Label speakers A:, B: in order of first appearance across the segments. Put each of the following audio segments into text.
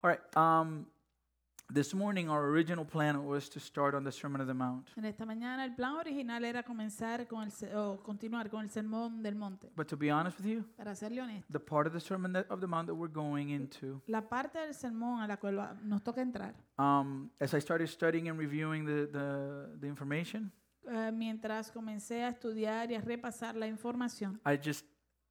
A: All right. Um, this morning, our original plan was to start on the Sermon of the Mount.
B: En esta mañana el plan original era comenzar con el se- o continuar con el sermón del monte.
A: But to be honest with you,
B: Para serle honesto,
A: the part of the Sermon that, of the Mount that we're going into,
B: la parte del sermón a la cual va- nos toca entrar,
A: um, as I started studying and reviewing the, the, the information,
B: eh, mientras comencé a estudiar y a repasar la información,
A: I just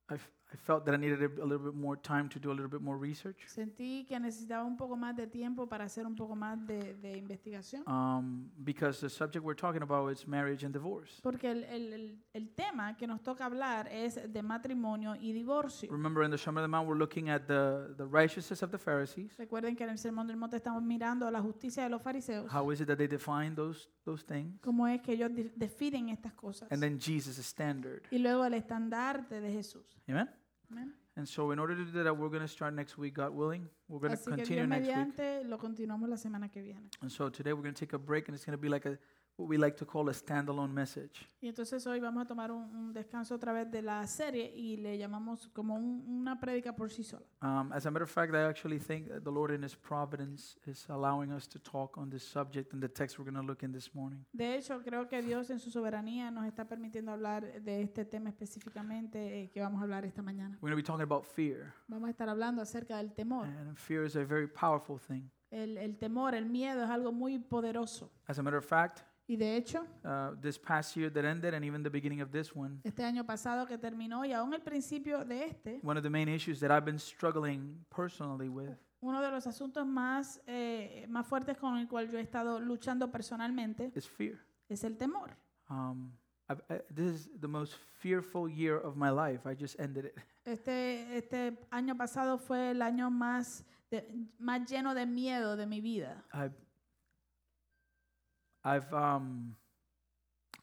A: I, f- I felt that I needed a, a little bit more time to do a little bit more research.
B: sentí que necesitaba un poco más de tiempo para hacer un poco más de, de investigación,
A: Um, because the subject we're talking about is marriage and divorce.
B: porque el, el- el- el tema que nos toca hablar es de matrimonio y divorcio.
A: Remember, in the Sermon on the Mount, we're looking at the, the righteousness of the Pharisees.
B: Recuerden que en el sermón del monte estamos mirando a la justicia de los fariseos,
A: How is it that they define those, those things?
B: cómo es que ellos di- definen estas cosas.
A: And then Jesus' standard.
B: y luego el estandarte de Jesús.
A: Amen?
B: Amén.
A: And so, in order to do that, we're going to start next week, God willing. We're going to
B: Así que
A: continue
B: Dios
A: next week.
B: mediante lo continuamos la semana que viene.
A: And so, today we're going to take a break, and it's going to be like a what we like to call a standalone message.
B: Y entonces hoy vamos a tomar un, un descanso otra vez de la serie y le llamamos como un- una prédica por sí sola.
A: Um, as a matter of fact, I actually think that the Lord in His providence is allowing us to talk on this subject and the text we're going to look in this morning.
B: De hecho, creo que Dios en su soberanía nos está permitiendo hablar de este tema específicamente eh, que vamos a hablar esta mañana.
A: We're going to be talking about fear.
B: Vamos a estar hablando acerca del temor.
A: And fear is a very powerful thing.
B: El, el temor, el miedo es algo muy poderoso.
A: As a matter of fact,
B: Y de hecho,
A: uh, this past year that ended, and even the beginning of this one,
B: este año pasado que terminó y aún el principio de este,
A: one of the main issues that I've been struggling personally with
B: Uno de los asuntos más, eh, más fuertes con el cual yo he estado luchando personalmente
A: is fear.
B: es el temor.
A: Um, I've, I, this is the most fearful year of my life. I just ended it.
B: Este, este año pasado fue el año más, de- más lleno de miedo de mi vida.
A: I've, I've, um,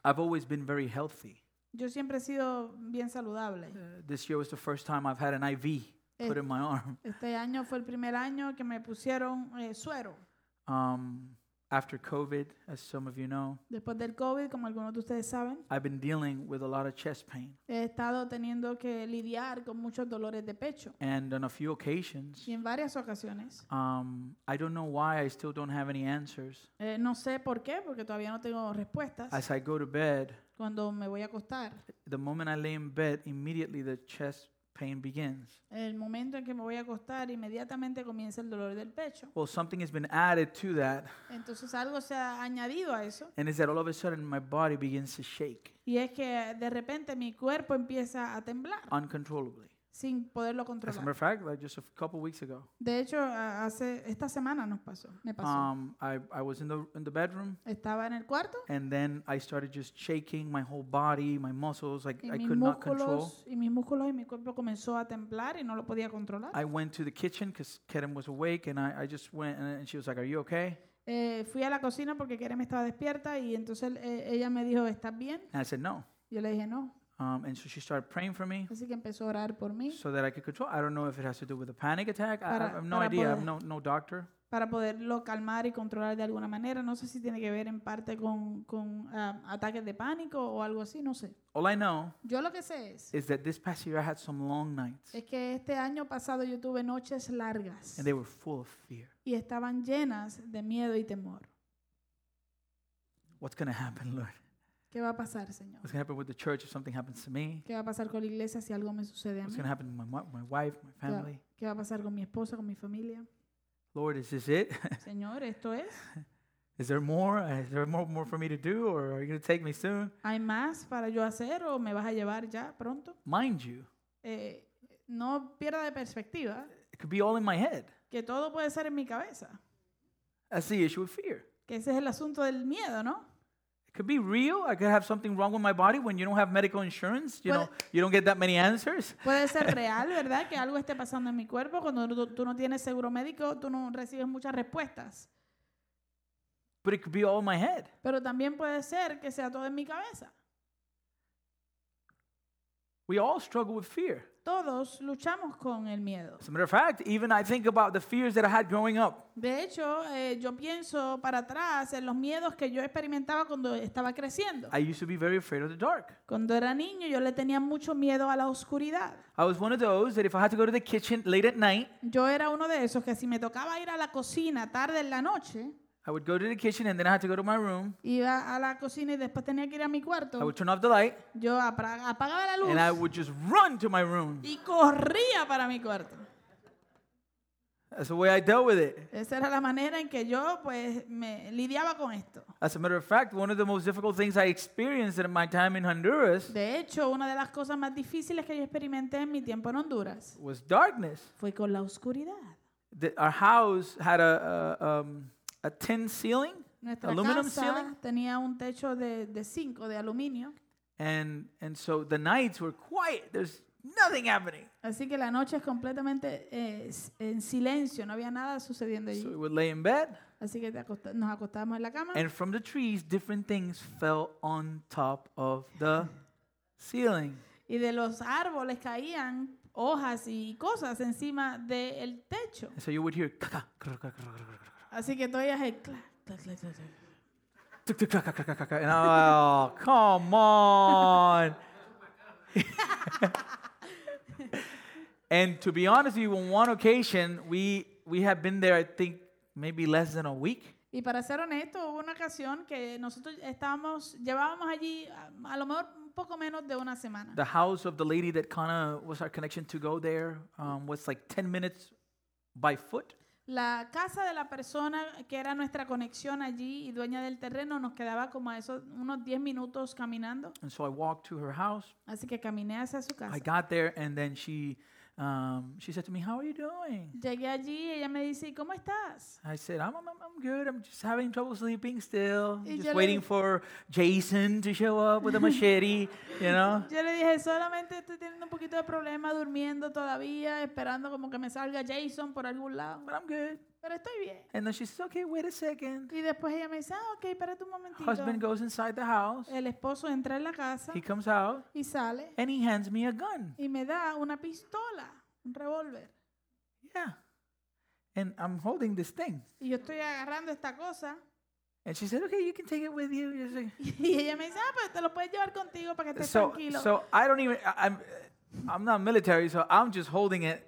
A: I've always been very healthy.
B: Yo siempre he sido bien saludable.
A: Uh, this year was the first time I've had an IV put
B: Eh.
A: in my arm
B: Este año fue el primer año que me pusieron eh, suero.
A: um, after COVID, as some of you know.
B: Después del COVID, como algunos de ustedes saben,
A: I've been dealing with a lot of chest pain.
B: he estado teniendo que lidiar con muchos dolores de pecho.
A: And on a few occasions,
B: Y en varias ocasiones,
A: um, I don't know why I still don't have any answers.
B: eh, no sé por qué, porque todavía no tengo respuestas,
A: As I go to bed,
B: cuando me voy a acostar.
A: the moment I lay in bed, immediately the chest pain begins.
B: El momento en que me voy a acostar, inmediatamente comienza el dolor del pecho.
A: Well, something has been added to that,
B: Entonces algo se ha añadido a eso.
A: and it's that all of a sudden my body begins to shake
B: Y es que de repente mi cuerpo empieza a temblar
A: uncontrollably.
B: sin poderlo
A: As a matter
B: controlar.
A: of fact, like just a couple weeks ago,
B: De hecho, a- hace esta semana nos pasó. Me pasó.
A: um, I, I was in the, in the bedroom,
B: Estaba en el cuarto
A: and then I started just shaking my whole body, my muscles, like
B: y
A: I
B: mis
A: could not control.
B: músculos y mis músculos y mi cuerpo comenzó a temblar y no lo podía controlar.
A: I went to the kitchen because Kerem was awake, and I, I just went, and, and she was like, "Are you okay?"
B: Eh, fui a la cocina porque Kerem estaba despierta y entonces eh, ella me dijo, ¿estás bien?
A: And I said, "No."
B: Yo le dije, no.
A: Um, and so she started praying for me
B: Así que empezó a orar por mí.
A: so that I could control. I don't know if it has to do with a panic attack. I, I
B: Para-
A: have no
B: para
A: idea. I'm
B: poder-
A: no no doctor.
B: para poderlo calmar y controlar de alguna manera. No sé si tiene que ver en parte con, con, ah, ataques de pánico o algo así, no sé.
A: All I know
B: Yo lo que sé es,
A: is that this past year I had some long nights,
B: es que este año pasado yo tuve noches largas
A: and they were full of fear.
B: y estaban llenas de miedo y temor.
A: What's gonna happen, Lord?
B: ¿Qué va a pasar, Señor?
A: What's gonna happen with the church if something happens to me?
B: ¿Qué va a pasar con la iglesia si algo me sucede a
A: What's
B: mí?
A: gonna happen to my wi- my wife, my
B: Yeah.
A: family?
B: ¿Qué va a pasar con mi esposa, con mi familia?
A: Lord, is this it?
B: Señor, esto es.
A: is there more? Uh, Is there more more for me to do, or are you gonna take me soon?
B: ¿Hay más para yo hacer o me vas a llevar ya pronto?
A: Mind you,
B: Eh, no pierda de perspectiva
A: it could be all in my head.
B: que todo puede ser en mi cabeza.
A: That's the issue with fear.
B: Que ese es el asunto del miedo, ¿no?
A: It could be real. I could have something wrong with my body when you don't have medical insurance. You
B: Puede-
A: know, you don't get that many answers.
B: Puede ser real, ¿verdad? Que algo esté pasando en mi cuerpo. Cuando tú, tú no tienes seguro médico, tú no recibes muchas respuestas.
A: But it could be all in my head.
B: Pero también puede ser que sea todo en mi cabeza.
A: We all struggle with fear.
B: Todos luchamos con el miedo.
A: As a matter of fact, even I think about the fears that I had growing up.
B: De hecho, eh, yo pienso para atrás en los miedos que yo experimentaba cuando estaba creciendo.
A: I used to be very afraid of the dark.
B: Cuando era niño yo le tenía mucho miedo a la oscuridad.
A: I was one of those that if I had to go to the kitchen late at night,
B: Yo era uno de esos que si me tocaba ir a la cocina tarde en la noche,
A: I would go to the kitchen and then I had to go to my room.
B: iba a la cocina y después tenía que ir a mi
A: I
B: cuarto,
A: would turn off the light
B: yo apra- apagaba la
A: and I
B: luz
A: would just run to my room.
B: y corría para mi cuarto.
A: That's the way I dealt with it.
B: Esa era la manera en que yo pues me lidiaba con esto.
A: As a matter of fact, one of the most difficult things I experienced in my time in Honduras
B: De hecho, una de las cosas más difíciles que yo experimenté en mi tiempo en Honduras
A: was darkness.
B: fue con la oscuridad.
A: The, our house had a, a, um, a tin ceiling,
B: Nuestra
A: Aluminum
B: casa
A: ceiling?
B: tenía un techo de, de zinc o de aluminio,
A: and, and so the nights were quiet. There's nothing happening.
B: así que la noche es completamente eh, s- en silencio, no había nada sucediendo allí.
A: So we would lay in bed,
B: Así que te acosta- nos acostábamos en la cama
A: and from the trees, different things fell on top of the ceiling.
B: y de los árboles caían hojas y cosas encima del techo.
A: And so you would hear "Kaka, kaka, kaka, kaka, kaka, kaka,
B: Así que tú oías el clac, clac, clac, clac, clac.
A: tuk, tuk, kaka, kaka, kaka," and I'm like, oh, come on. and to be honest with you, on one occasion, we we had been there, I think, maybe less than a week.
B: Y para ser honesto, hubo una ocasión que nosotros estábamos, llevábamos allí a, a lo mejor un poco menos de una semana.
A: The house of the lady that kind of was our connection to go there um, was like 10 minutes by foot.
B: La casa de la persona que era nuestra conexión allí y dueña del terreno nos quedaba como a esos unos 10 minutos caminando.
A: And so I walked to her house.
B: Así que caminé hacia su casa.
A: I got there, and then she, um, she said to me, "How are you doing?"
B: Llegué allí y ella me dice, "¿Y cómo estás?
A: I said, "I'm, I'm, I'm good. I'm just having trouble sleeping still.
B: Y yo
A: just
B: le-
A: waiting for Jason to show up with a machete, you know."
B: Yo le dije, solamente estoy teniendo un poquito de problema durmiendo todavía, esperando como que me salga Jason por algún lado.
A: But I'm good.
B: Pero estoy bien.
A: And then she says, "Okay, wait a second.
B: Y después ella me dice, ah, ok, espérate un
A: Husband
B: momentito.
A: goes inside the house.
B: El esposo entra en la casa
A: He comes out,
B: y sale
A: and he hands me a gun.
B: y me da una pistola, un revólver.
A: Yeah. And I'm holding this thing.
B: Y yo estoy agarrando esta cosa.
A: And she said, "Okay, you can take it with you." Just like-
B: Y ella me dice, ah, pues te lo puedes llevar contigo para que estés
A: So,
B: tranquilo.
A: so I don't even. I, I'm, I'm not military, so I'm just holding it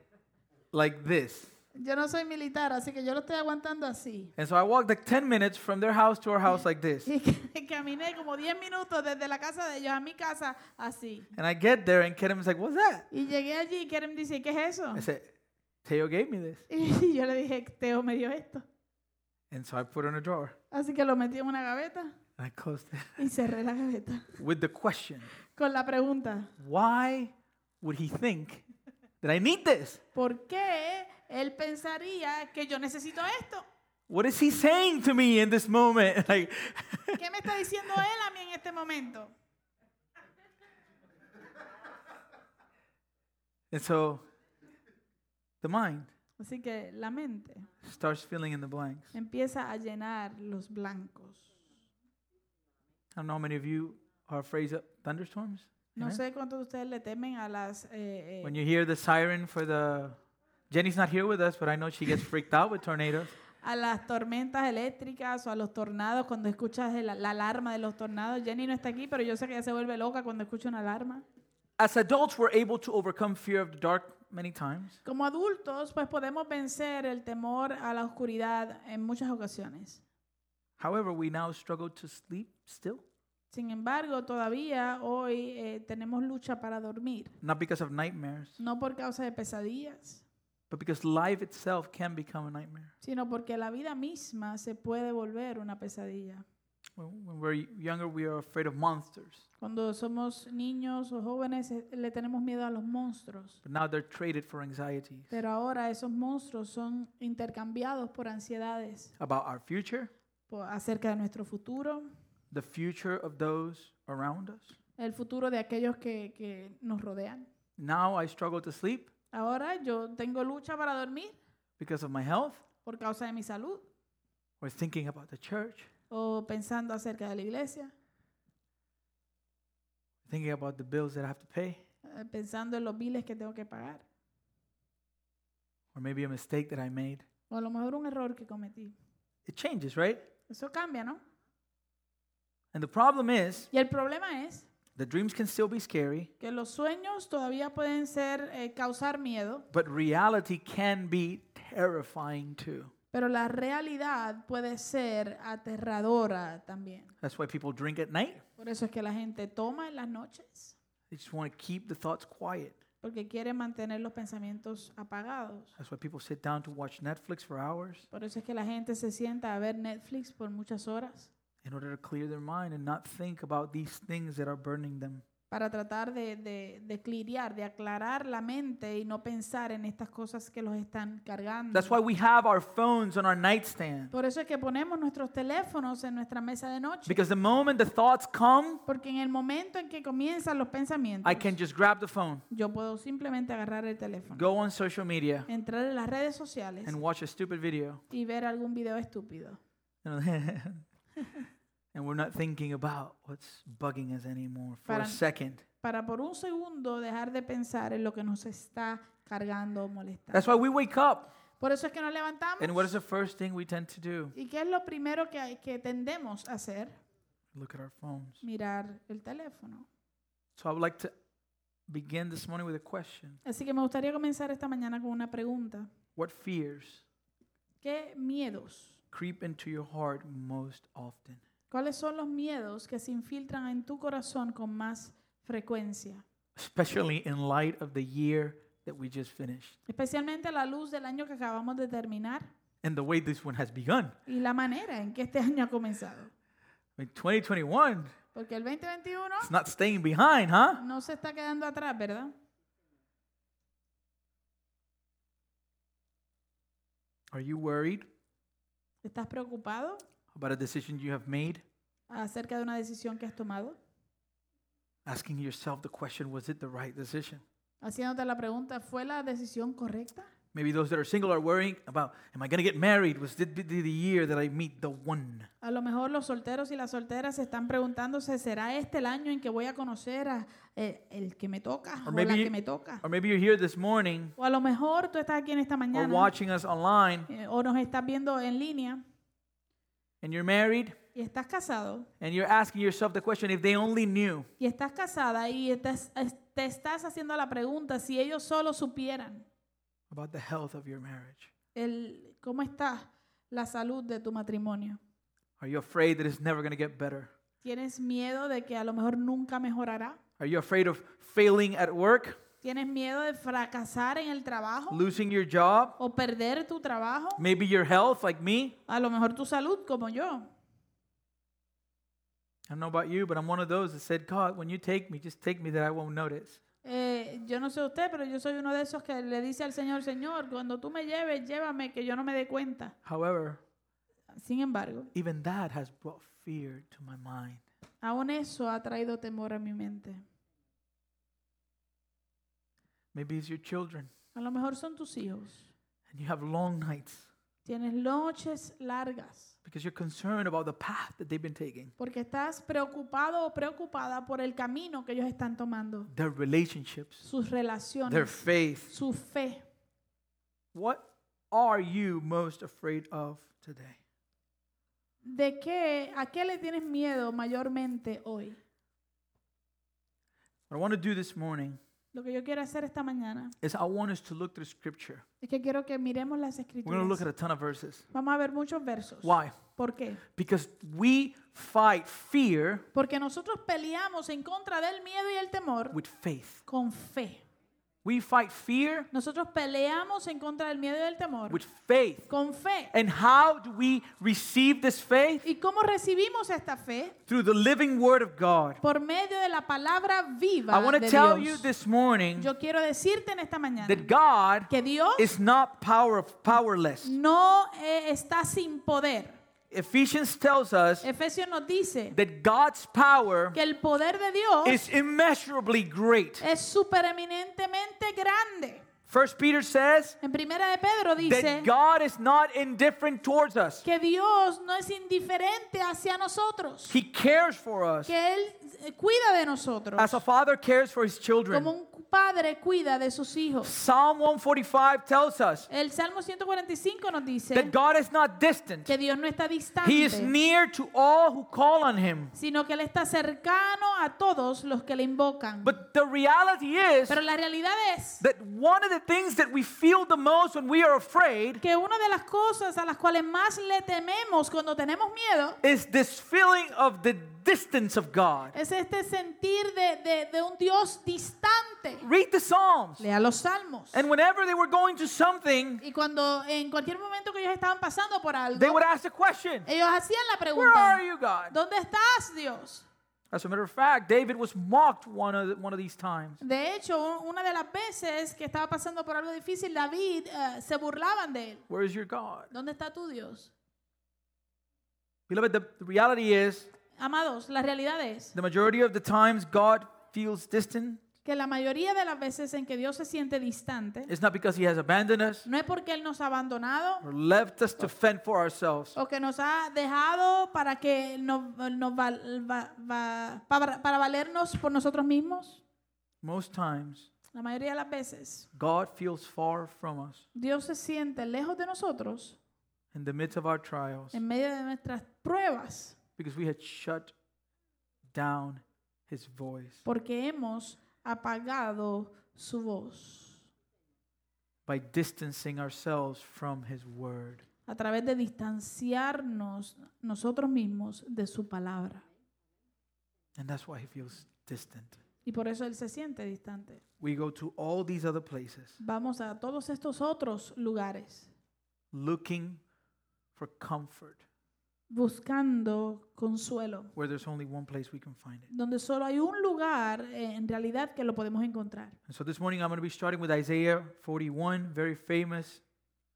A: like this.
B: yo no soy militar, así que yo lo estoy aguantando así.
A: And so I walked like 10 minutes from their house to our house like this.
B: Y ca- caminé como 10 minutos desde la casa de ellos a mi casa así.
A: And I get there and Kerem is like, what's that?
B: Y llegué allí y Kerem dice, ¿qué es eso?
A: I said, Teo gave me this.
B: Y yo le dije, Teo me dio esto.
A: And so I put it in a drawer
B: Así que lo metí en una gaveta
A: and I closed it
B: y cerré la gaveta
A: with the question,
B: con la pregunta,
A: why would he think that I need this?
B: ¿por qué él pensaría que yo necesito esto?
A: What is he saying to me in this moment? Like,
B: ¿Qué me está diciendo él a mí en este momento?
A: and so the mind
B: Así que la mente
A: starts filling in the blanks.
B: empieza a llenar los blancos.
A: I don't know how many of you are afraid of thunderstorms.
B: No
A: Amen.
B: sé cuántos de ustedes le temen a las... eh, eh,
A: When you hear the siren for the Jenny's not here with us, but I know she gets freaked out with tornadoes.
B: a las tormentas eléctricas o a los tornados, cuando escuchas el- la alarma de los tornados. Jenny no está aquí, pero yo sé que ella se vuelve loca cuando escucha una alarma.
A: As adults, we're able to overcome fear of the dark many times.
B: Como adultos, pues podemos vencer el temor a la oscuridad en muchas ocasiones.
A: However, we now struggle to sleep still,
B: Sin embargo, todavía hoy eh, tenemos lucha para dormir,
A: not because of nightmares,
B: no por causa de pesadillas,
A: but because life itself can become a nightmare.
B: sino porque la vida misma se puede volver una pesadilla.
A: When when we're younger, we are afraid of monsters,
B: Cuando somos niños o jóvenes eh, le tenemos miedo a los monstruos,
A: but now they're traded for anxieties
B: pero ahora esos monstruos son intercambiados por ansiedades
A: about our future,
B: por- acerca de nuestro futuro,
A: the future of those around us.
B: el futuro de aquellos que, que nos rodean.
A: Now I struggle to sleep
B: Ahora yo tengo lucha para dormir
A: because of my health
B: por causa de mi salud
A: or thinking about the church,
B: o pensando acerca de la iglesia,
A: thinking about the bills that I have to pay,
B: eh, pensando en los biles que tengo que pagar.
A: or maybe a mistake that I made.
B: O a lo mejor un error que cometí.
A: It changes, right?
B: Eso cambia, ¿no?
A: And the problem is
B: Y el problema es
A: the dreams can still be scary,
B: que los sueños todavía pueden ser eh, causar miedo,
A: but reality can be terrifying too.
B: pero la realidad puede ser aterradora también.
A: That's why people drink at night.
B: Por eso es que la gente toma en las noches,
A: They just want to keep the thoughts quiet.
B: porque quiere mantener los pensamientos apagados.
A: That's why people sit down to watch Netflix for hours
B: Por eso es que la gente se sienta a ver Netflix por muchas horas
A: in order to clear their mind and not think about these things that are burning them.
B: para tratar de, de, de clirear, de aclarar la mente y no pensar en estas cosas que los están cargando.
A: That's why we have our phones on our nightstand.
B: Por eso es que ponemos nuestros teléfonos en nuestra mesa de noche.
A: Because the moment the thoughts come,
B: Porque en el momento en que comienzan los pensamientos,
A: I can just grab the phone,
B: yo puedo simplemente agarrar el teléfono,
A: go on social media,
B: entrar en las redes sociales
A: and watch a stupid video.
B: y ver algún video estúpido.
A: You know, and we're not thinking about what's bugging us anymore for a
B: Para-
A: second.
B: Para por un segundo dejar de pensar en lo que nos está cargando o molestando.
A: That's why we wake up.
B: Por eso es que nos levantamos.
A: And what is the first thing we tend to do?
B: ¿Y qué es lo primero que, hay- que tendemos a hacer?
A: Look at our phones.
B: Mirar el teléfono.
A: So I would like to begin this morning with a question
B: Así que me gustaría comenzar esta mañana con una pregunta.
A: What fears
B: ¿Qué miedos?
A: creep into your heart most often?
B: ¿Cuáles son los miedos que se infiltran en tu corazón con más frecuencia?
A: Especially in light of the year that we just finished
B: Especialmente a la luz del año que acabamos de terminar
A: and the way this one has begun.
B: y la manera en que este año ha comenzado.
A: I mean, 2021,
B: Porque el 2021
A: it's not staying behind, huh?
B: no se está quedando atrás, ¿verdad?
A: Are you worried
B: ¿Estás preocupado
A: about a decision you have made?
B: acerca de una decisión que has tomado?
A: Asking yourself the question, was it the right decision?
B: Haciéndote la pregunta, ¿fue la decisión correcta?
A: Maybe those that are single are worrying about, am I going to get married? Was this the, the the year that I meet the one?
B: A lo mejor los solteros y las solteras se están preguntándose, ¿será este el año en que voy a conocer a eh, el que me toca
A: Or
B: o la
A: maybe-
B: que me toca?
A: Or maybe you're here this morning
B: O a lo mejor tú estás aquí en esta
A: or
B: mañana
A: watching us online
B: eh, o nos estás viendo en línea
A: and you're married
B: y estás casado
A: and you're asking yourself the question, if they only knew,
B: y estás casada y estás- es- te estás haciendo la pregunta si ellos solo supieran
A: about the health of your marriage.
B: el cómo está la salud de tu matrimonio.
A: Are you afraid that it's never going to get better?
B: ¿Tienes miedo de que a lo mejor nunca mejorará?
A: Are you afraid of failing at work,
B: ¿Tienes miedo de fracasar en el trabajo
A: losing your job,
B: o perder tu trabajo?
A: maybe your health like me?
B: A lo mejor tu salud como yo.
A: I don't know about you, but I'm one of those that said, God, when you take me, just take me that I won't notice.
B: Eh, yo no sé usted, pero yo soy uno de esos que le dice al Señor, Señor, cuando tú me lleves, llévame, que yo no me dé cuenta.
A: However,
B: Sin embargo,
A: even that has brought fear to my mind.
B: aún eso ha traído temor a mi mente.
A: Maybe it's your children
B: A lo mejor son tus hijos.
A: and you have long nights
B: Tienes noches largas
A: because you're concerned about the path that they've been taking,
B: porque estás preocupado o preocupada por el camino que ellos están tomando,
A: their relationships,
B: sus
A: their
B: relaciones,
A: faith.
B: su fe.
A: What are you most afraid of today?
B: ¿De qué, a qué le tienes miedo mayormente hoy?
A: What I want to do this morning
B: Lo que yo quiero hacer esta mañana
A: is I want us to look through scripture.
B: es que quiero que miremos las
A: We're going to look
B: escrituras.
A: at a ton of verses.
B: Vamos a ver muchos versos.
A: Why?
B: ¿Por qué?
A: Because we fight fear
B: Porque nosotros peleamos en contra del miedo y el temor
A: with faith.
B: con fe.
A: We fight fear
B: Nosotros peleamos en contra del miedo y del temor
A: with faith.
B: con fe.
A: And how do we receive this faith?
B: ¿Y cómo recibimos esta fe?
A: through the living word of God.
B: Por medio de la palabra viva
A: I want
B: de
A: to tell you
B: Dios.
A: this morning
B: Yo quiero decirte en esta mañana
A: that God
B: que Dios
A: is not power powerless.
B: no eh, está sin poder.
A: Ephesians tells us
B: Efesios nos dice
A: that God's power
B: que el poder de Dios
A: is immeasurably great.
B: es supereminentemente grande.
A: First Peter says
B: En primera de Pedro dice
A: that God is not indifferent towards us.
B: que Dios no es indiferente hacia nosotros,
A: He cares for us
B: que Él eh, cuida de nosotros,
A: as a father cares for his
B: como
A: children.
B: un cu- padre cuida de sus hijos.
A: Psalm 145 tells us
B: El Salmo 145 nos dice
A: that God is not distant,
B: que Dios no está
A: He is
B: distante,
A: near to all who call on Him.
B: sino que Él está cercano a todos los que le invocan.
A: But the reality is
B: Pero la realidad es
A: that one of the things that we feel the most when we are afraid
B: que una de las cosas a las cuales más le tememos cuando tenemos miedo
A: is this feeling of the distance of God.
B: es este sentir de, de- de un Dios distante.
A: Read the Psalms.
B: Lea los salmos.
A: And whenever they were going to something,
B: Y cuando en cualquier momento que ellos estaban pasando por
A: they
B: algo,
A: would ask a question
B: ellos hacían la
A: Where are
B: pregunta,
A: you, God?
B: ¿dónde estás Dios?
A: As a matter of fact, David was mocked one of, one of these times.
B: De hecho, u- una de las veces que estaba pasando por algo difícil, David eh, se burlaban de él.
A: Where is your God?
B: ¿Dónde está tu Dios?
A: Beloved, the, the reality is
B: Amados, la realidad es
A: the majority of the times God feels distant,
B: que la mayoría de las veces en que Dios se siente distante,
A: it's not because he has abandoned us
B: no es porque Él nos ha abandonado
A: or left us to fend for ourselves.
B: o que nos ha dejado para que nos, nos val- va- va- para, para valernos por nosotros mismos.
A: Most times,
B: La mayoría de las veces,
A: God feels far from us
B: Dios se siente lejos de nosotros
A: in the midst of our trials
B: en medio de nuestras pruebas
A: because we had shut down his voice
B: porque hemos apagado su voz.
A: by distancing ourselves from his word.
B: a través de distanciarnos nosotros mismos de su palabra.
A: And that's why he feels distant.
B: Y por eso Él se siente distante.
A: We go to all these other places
B: Vamos a todos estos otros lugares
A: looking for comfort
B: buscando consuelo,
A: where there's only one place we can find it.
B: donde solo hay un lugar eh, en realidad que lo podemos encontrar.
A: And so this morning I'm going to be starting with Isaiah 41, very famous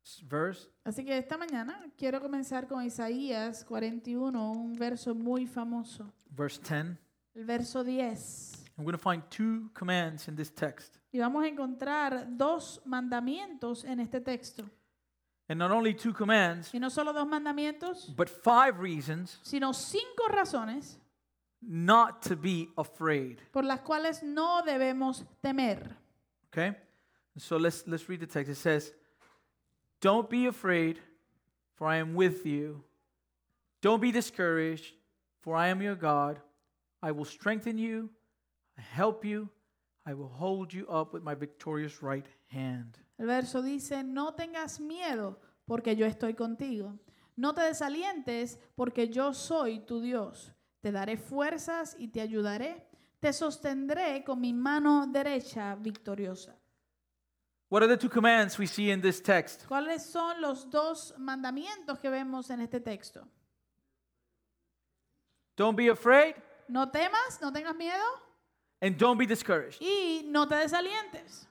A: s- verse.
B: Así que esta mañana quiero comenzar con Isaías 41, un verso muy famoso,
A: verse 10.
B: el verso 10.
A: I'm going to find two commands in this text.
B: Y vamos a encontrar dos mandamientos en este texto.
A: And not only two commands,
B: Y no solo dos mandamientos,
A: but five reasons
B: sino cinco razones
A: not to be afraid.
B: por las cuales no debemos temer.
A: Okay? So let's let's read the text. It says, "Don't be afraid, for I am with you. Don't be discouraged, for I am your God. I will strengthen you, I help you, I will hold you up with my victorious right hand."
B: El verso dice, no tengas miedo porque yo estoy contigo. No te desalientes porque yo soy tu Dios. Te daré fuerzas y te ayudaré. Te sostendré con mi mano derecha victoriosa.
A: What are the two commands we see in this text?
B: ¿Cuáles son los dos mandamientos que vemos en este texto?
A: Don't be afraid
B: No temas, no tengas miedo
A: and don't be discouraged.
B: y no te desalientes.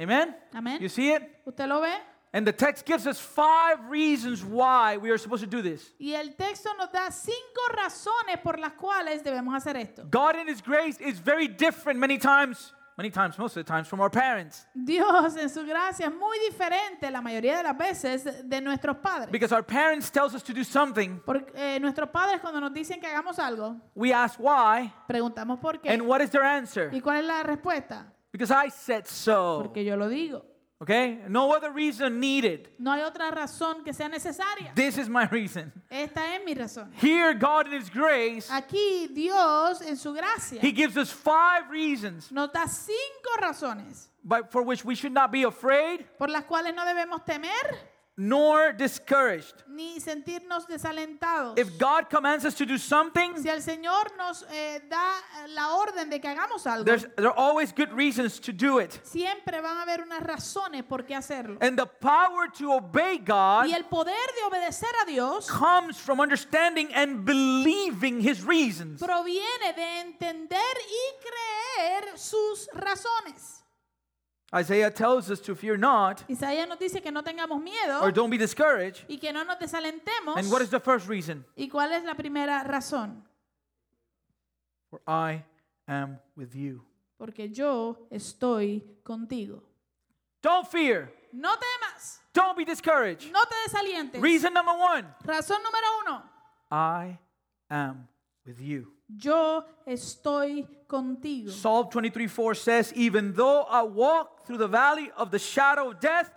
A: Amen? You
B: Amén.
A: see it?
B: ¿Usted lo ve?
A: And the text gives us five reasons why we are supposed to do this.
B: Y el texto nos da cinco razones por las cuales debemos hacer esto.
A: God in His grace is very different many times, many times, most of the times, from our parents.
B: Dios en su gracia es muy diferente la mayoría de las veces de nuestros padres.
A: Because our parents tells us to do something,
B: Porque eh, nuestros padres cuando nos dicen que hagamos algo,
A: we ask why,
B: preguntamos por qué.
A: and what is their answer?
B: ¿Y cuál es la respuesta?
A: Because I said so.
B: Porque yo lo digo.
A: Okay? No other reason needed.
B: No hay otra razón que sea necesaria.
A: This is my reason.
B: Esta es mi razón.
A: Here, God in His grace,
B: Aquí Dios en su gracia
A: He gives us five reasons
B: nos da cinco razones
A: by, for which we should not be afraid
B: por las cuales no debemos temer
A: nor discouraged.
B: ni sentirnos desalentados.
A: If God commands us to do something,
B: Si el Señor nos eh, da eh, la orden de que hagamos algo,
A: there's, there are always good reasons to do it.
B: siempre van a haber unas razones por qué hacerlo.
A: And the power to obey God
B: Y el poder de obedecer a Dios
A: comes from understanding and believing His reasons.
B: proviene de entender y creer sus razones.
A: Isaiah tells us to fear not
B: Isaías nos dice que no tengamos
A: or
B: miedo
A: don't be discouraged.
B: y que no nos desalentemos.
A: And what is the first reason?
B: ¿Y cuál es la primera razón?
A: For I am with you.
B: Porque yo estoy contigo.
A: Don't fear.
B: No temas,
A: Don't be discouraged.
B: no te desalientes.
A: Reason number one
B: Razón número uno,
A: I am with you.
B: Yo estoy contigo.
A: Psalm 23 4 says, Even though I walk through the valley of the shadow of death,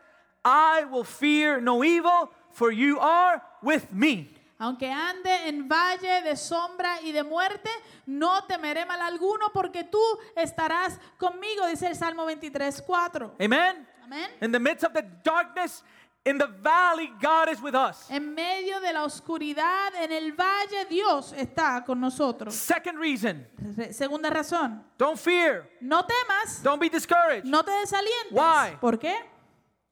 A: I will fear no evil, for you are with me.
B: Aunque ande en valle de sombra y de muerte, no temeré mal alguno porque tú estarás conmigo, dice el Salmo 23, 4.
A: Amen?
B: Amén.
A: In the midst of the darkness, in the valley, God is with us.
B: En medio de la oscuridad, en el valle, Dios está con nosotros.
A: Second reason,
B: Re- Segunda razón,
A: don't fear,
B: no temas,
A: don't be discouraged.
B: no te desalientes.
A: Why?
B: ¿Por qué?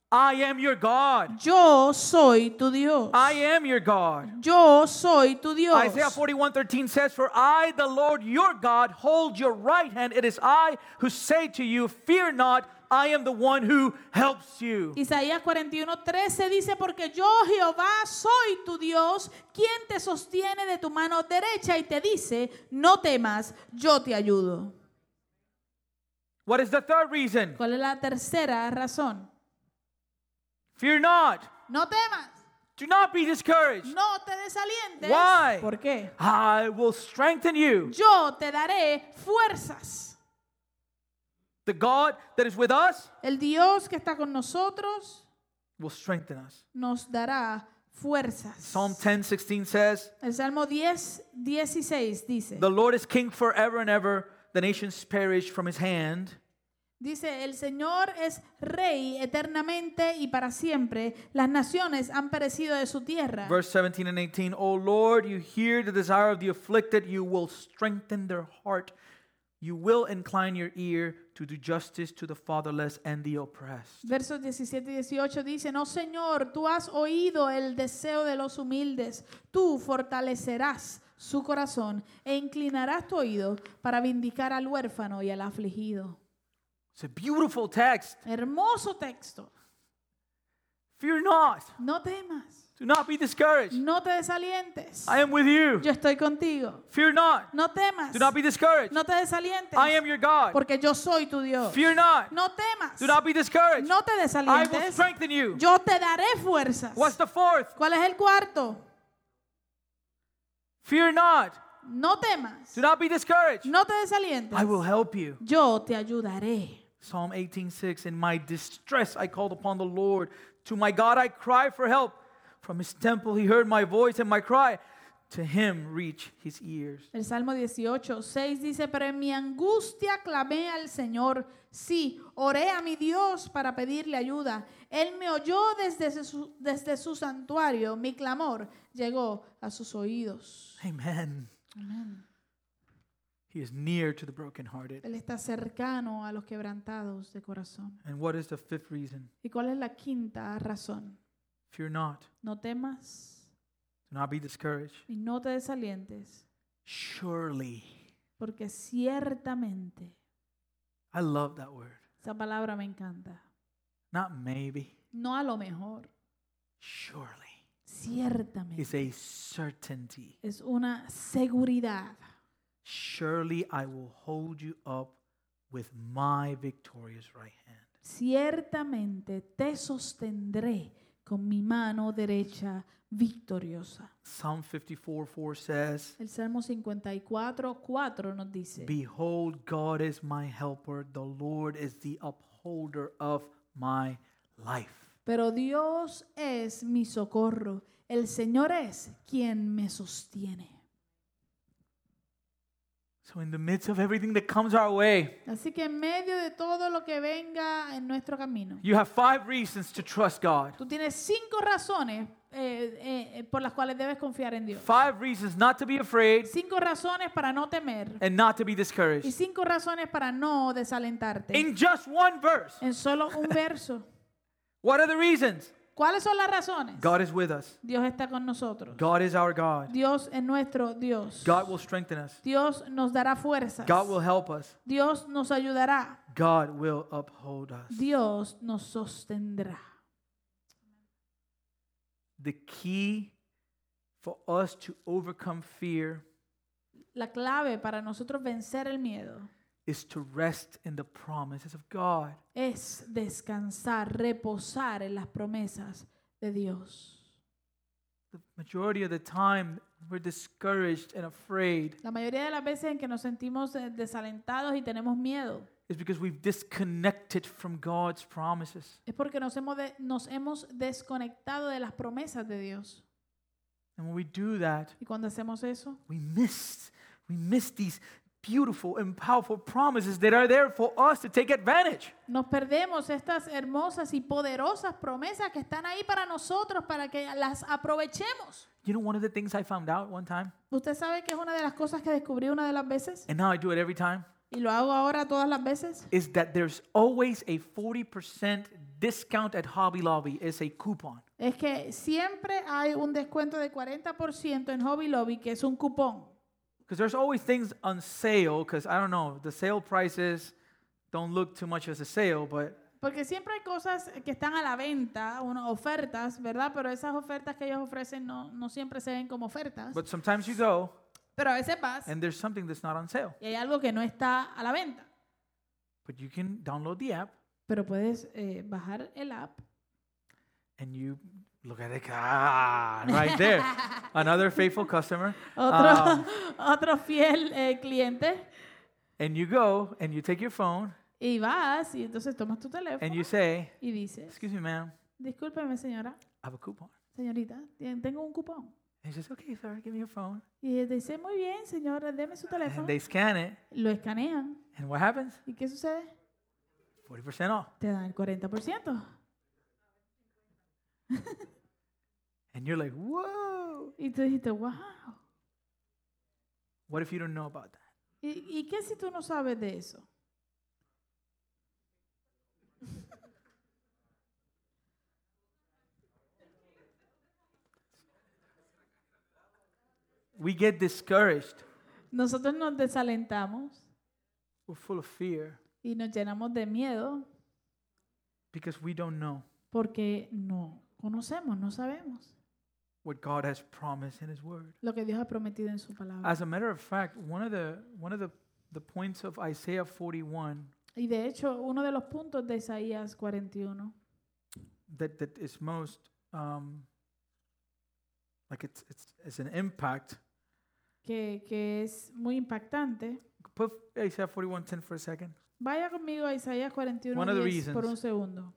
A: I am your God.
B: Yo soy tu Dios.
A: I am your God.
B: Yo soy tu Dios.
A: Isaiah 41 13 says, For I, the Lord your God, hold your right hand. It is I who say to you, Fear not, I am the one who helps you.
B: Isaías 41, 13 dice, porque yo Jehová soy tu Dios, quien te sostiene de tu mano derecha y te dice, no temas, yo te ayudo.
A: What is the third reason?
B: ¿Cuál es la tercera razón?
A: Fear not.
B: No temas,
A: Do not be discouraged.
B: no te desalientes.
A: Why?
B: ¿Por qué?
A: I will strengthen you.
B: Yo te daré fuerzas.
A: The God that is with us
B: El Dios que está con nosotros
A: will strengthen us.
B: nos dará fuerzas.
A: Psalm 10 16 says,
B: El Salmo 10, 16 dice.
A: The Lord is king forever and ever. The nations perish from his hand.
B: Dice, el Señor es rey eternamente y para siempre. Las naciones han perecido de su tierra.
A: Verse 17 and 18, O Lord, you hear the desire of the afflicted, you will strengthen their heart. You will incline your ear to do justice to the fatherless and the oppressed.
B: Versos 17 y 18 dice, no Señor, tú has oído el deseo de los humildes. Tú fortalecerás su corazón e inclinarás tu oído para vindicar al huérfano y al afligido.
A: It's a beautiful text.
B: Hermoso texto.
A: Fear not.
B: No temas,
A: Do not be discouraged.
B: no te desalientes.
A: I am with you.
B: Yo estoy contigo.
A: Fear not.
B: No temas,
A: Do not be discouraged.
B: no te desalientes,
A: I am your God.
B: porque yo soy tu Dios.
A: Fear not.
B: No temas.
A: Do not be discouraged.
B: No te
A: I will
B: desalientes.
A: strengthen you.
B: Yo te daré fuerzas.
A: What's the fourth?
B: ¿Cuál es el cuarto?
A: Fear not.
B: No temas.
A: Do not be discouraged.
B: No te desalientes.
A: I will help you.
B: Yo te ayudaré.
A: Psalm 18:6 In my distress I called upon the Lord. To my God I cried for help. From his temple he heard my voice and my cry. To him reach his ears.
B: El Salmo 18, 6 dice, pero en mi angustia clamé al Señor. Sí, oré a mi Dios para pedirle ayuda. Él me oyó desde su, desde su santuario. Mi clamor llegó a sus oídos.
A: Amen.
B: Amén.
A: He is near to the brokenhearted.
B: Él está cercano a los quebrantados de corazón.
A: And what is the fifth reason?
B: ¿Y cuál es la quinta razón?
A: Fear not.
B: No temas
A: Do not be discouraged.
B: y no te desalientes,
A: Surely.
B: porque ciertamente,
A: I love that word.
B: esa palabra me encanta,
A: Not maybe.
B: no a lo mejor,
A: Surely.
B: ciertamente
A: It's a certainty.
B: es una seguridad.
A: Surely I will hold you up with my victorious right hand.
B: Ciertamente te sostendré con mi mano derecha victoriosa.
A: Psalm 54 4 says,
B: El Salmo 54, 4 nos dice,
A: Behold, God is my helper, the Lord is the upholder of my life.
B: pero Dios es mi socorro, el Señor es quien me sostiene.
A: So, in the midst of everything that comes our way,
B: Así que en medio de todo lo que venga en nuestro camino,
A: you have five reasons to trust God,
B: tú tienes cinco razones eh, eh, eh, por las cuales debes confiar en Dios.
A: five reasons not to be afraid
B: Cinco razones para no temer
A: and not to be
B: y
A: discouraged.
B: cinco razones para no desalentarte.
A: In just one verse,
B: En solo un verso.
A: what are the reasons?
B: ¿Cuáles son las razones?
A: God is with us,
B: Dios está con nosotros.
A: God is our God,
B: Dios es nuestro Dios.
A: God will strengthen us,
B: Dios nos dará fuerzas.
A: God will help us,
B: Dios nos ayudará.
A: God will uphold us.
B: Dios nos sostendrá.
A: The key for us to overcome fear
B: La clave para nosotros vencer el miedo
A: is to rest in the promises of God.
B: es descansar, reposar en las promesas de Dios.
A: The Majority of the time, we're discouraged and afraid
B: La mayoría de las veces en que nos sentimos eh, desalentados y tenemos miedo
A: is because we've disconnected from God's promises.
B: es porque nos hemos, de- nos hemos desconectado de las promesas de Dios.
A: And when we do that,
B: Y cuando hacemos eso,
A: we miss we miss these beautiful and powerful promises that are there for us to take advantage.
B: nos perdemos estas hermosas y poderosas promesas que están ahí para nosotros, para que las aprovechemos.
A: You know, one of the things I found out one time,
B: Usted sabe que es una de las cosas que descubrí una de las veces,
A: and now I do it every time,
B: y lo hago ahora todas las veces,
A: is that there's always a 40% discount at Hobby Lobby. It's a coupon.
B: es que siempre hay un descuento de 40% en Hobby Lobby, que es un cupón.
A: Because there's always things on sale, because I don't know, the sale prices don't look too much as a sale, but
B: Porque siempre hay cosas que están a la venta, uno- ofertas, ¿verdad? Pero esas ofertas que ellos ofrecen no, no siempre se ven como ofertas.
A: but sometimes you go
B: Pero a veces vas
A: and there's something that's not on sale.
B: y hay algo que no está a la venta.
A: But you can download the app
B: Pero puedes eh, bajar el app.
A: and you look at it, ah, right there. Um, Another faithful customer.
B: Otro, otro fiel eh, cliente.
A: And you go and you take your phone
B: Y vas y entonces tomas tu
A: and
B: teléfono
A: you say,
B: y dices,
A: Excuse me, ma'am,
B: discúlpeme señora,
A: I have a coupon.
B: señorita, te- tengo un cupón.
A: And she says, Okay, sir, give me your phone.
B: Y ella te dice, muy bien señora, deme su teléfono.
A: And they scan it.
B: Lo escanean.
A: And what happens?
B: ¿Y qué sucede?
A: 40% off.
B: Te dan el 40%.
A: And you're like, Whoa.
B: Y tú dijiste, wow.
A: What if you don't know about that?
B: ¿Y, y qué si tú no sabes de eso?
A: We get discouraged.
B: Nosotros nos desalentamos
A: We're full of fear
B: y nos llenamos de miedo
A: because we don't know
B: porque no conocemos, no sabemos
A: what God has promised in His Word.
B: lo que Dios ha prometido en su palabra.
A: As a matter of fact, one of the one of the, the points of Isaiah 41
B: Y de hecho, uno de los puntos de Isaías 41,
A: that that is most um, like it's it's it's an impact.
B: que, que es muy impactante,
A: Put Isaiah 41 10 for a second.
B: vaya conmigo a Isaías 41
A: One of the
B: 10 por
A: reasons.
B: un segundo.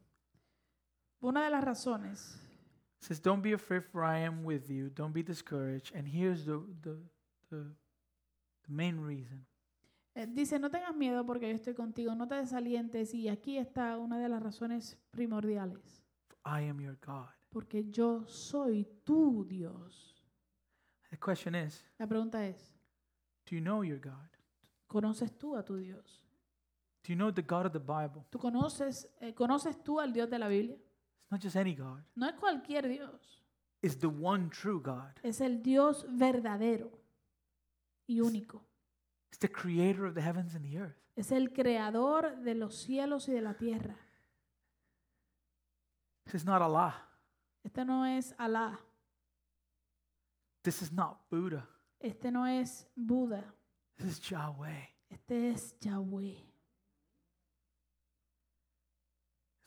B: Una de las razones
A: It says, "Don't be afraid, for I am with you. Don't be discouraged." And here's the the the, the main reason.
B: Eh, Dice, no tengas miedo porque yo estoy contigo, no te desalientes. Y aquí está una de las razones primordiales,
A: I am your God.
B: porque yo soy tu Dios.
A: The question is,
B: La pregunta es,
A: do you know your God?
B: ¿conoces tú a tu Dios?
A: Do you know the God of the Bible?
B: ¿Tú conoces, eh, conoces tú al Dios de la Biblia?
A: It's not just any God.
B: No es cualquier Dios,
A: It's the one true God.
B: es el Dios verdadero y único.
A: It's the creator of the heavens and the earth.
B: Es el creador de los cielos y de la tierra.
A: This is not Allah.
B: Este no es Alá,
A: This is not Buddha.
B: este no es Buda,
A: This is Yahweh.
B: este es Yahweh.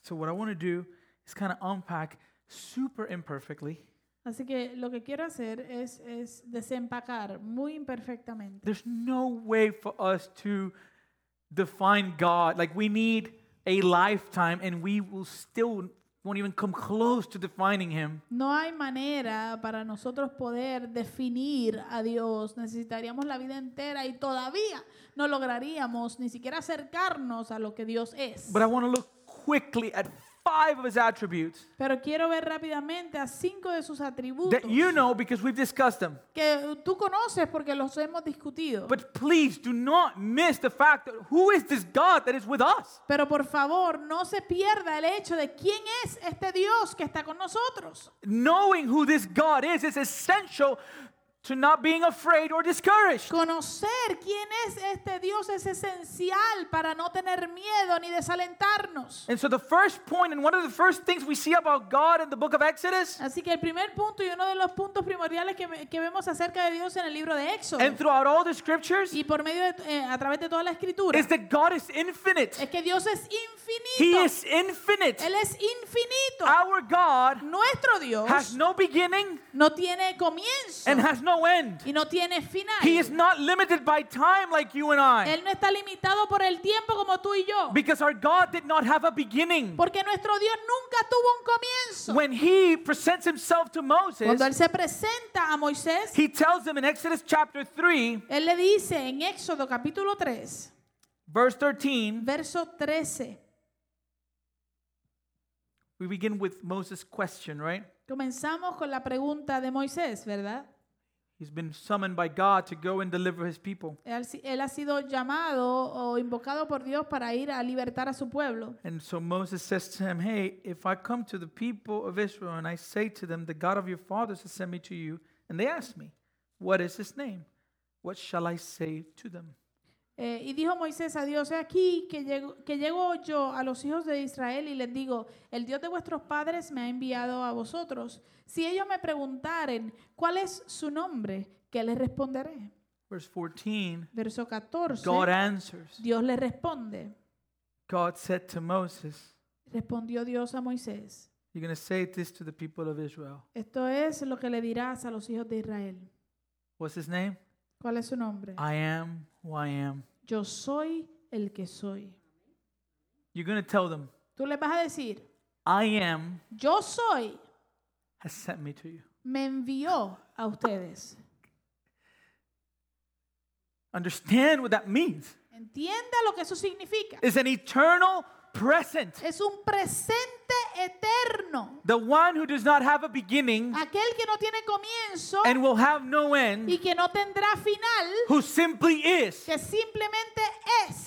A: So what I want to do is kind of unpack super imperfectly.
B: Así que lo que quiero hacer es, es desempacar muy imperfectamente.
A: There's no way for us to define God. Like we need a lifetime and we will still won't even come close to defining him.
B: No hay manera para nosotros poder definir a Dios. Necesitaríamos la vida entera y todavía no lograríamos ni siquiera acercarnos a lo que Dios es.
A: But I want to look quickly at five of his attributes
B: Pero quiero ver rápidamente a cinco de sus atributos
A: that you know because we've discussed them.
B: que tú conoces porque los hemos discutido.
A: But please do not miss the fact that who is this God that is with us?
B: Pero por favor, no se pierda el hecho de quién es este Dios que está con nosotros.
A: Knowing who this God is is essential to not being afraid or discouraged.
B: Conocer quién es este Dios es esencial para no tener miedo ni desalentarnos.
A: And so the first point and one of the first things we see about God in the book of Exodus
B: Así que el primer punto y uno de los puntos primordiales que, ve- que vemos acerca de Dios en el libro de Éxodo
A: and throughout all the scriptures
B: y por medio de, eh, a través de toda la escritura
A: is that God is infinite.
B: es que Dios es
A: este He
B: infinito.
A: is infinite.
B: Él es infinito.
A: Our God
B: Nuestro
A: has
B: Dios
A: no beginning
B: no tiene comienzo
A: and has no end.
B: y no tiene final.
A: He is not limited by time like you and I.
B: Él no está limitado por el tiempo como tú y yo.
A: Because our God did not have a beginning.
B: Porque nuestro Dios nunca tuvo un comienzo.
A: When he presents himself to
B: Cuando
A: Moses,
B: Él se presenta a Moisés,
A: he tells him in Exodus chapter 3,
B: Él le dice en Éxodo capítulo 3,
A: verse 13,
B: verso 13,
A: we begin with Moses' question, right?
B: comenzamos con la pregunta de Moisés, ¿verdad?
A: He's been summoned by God to go and deliver his people.
B: Él, ha si- él ha sido llamado o invocado por Dios para ir a libertar a su pueblo.
A: And so Moses says to him, Hey, if I come to the people of Israel and I say to them, The God of your fathers has sent me to you, and they ask me, What is his name? What shall I say to them?
B: Eh, y dijo Moisés a Dios, he aquí que llego, que llego yo a los hijos de Israel y les digo, el Dios de vuestros padres me ha enviado a vosotros. Si ellos me preguntaren cuál es su nombre, ¿qué les responderé?
A: Verse 14,
B: Verso 14,
A: God answers.
B: Dios le responde.
A: God said to Moses,
B: Respondió Dios a Moisés,
A: You're going to say this to the people of Israel.
B: esto es lo que le dirás a los hijos de Israel.
A: What's his name?
B: ¿Cuál es su nombre?
A: I am who I am.
B: Yo soy el que soy.
A: You're going to tell them,
B: Tú les vas a decir,
A: I am
B: yo soy,
A: has sent me to you.
B: me envió a ustedes.
A: Understand what that means.
B: Entienda lo que eso significa.
A: It's an eternal present.
B: Es un presente eterno.
A: The one who does not have a beginning
B: Aquel que no tiene comienzo
A: and will have no end,
B: y que no tendrá final,
A: who simply is.
B: que simplemente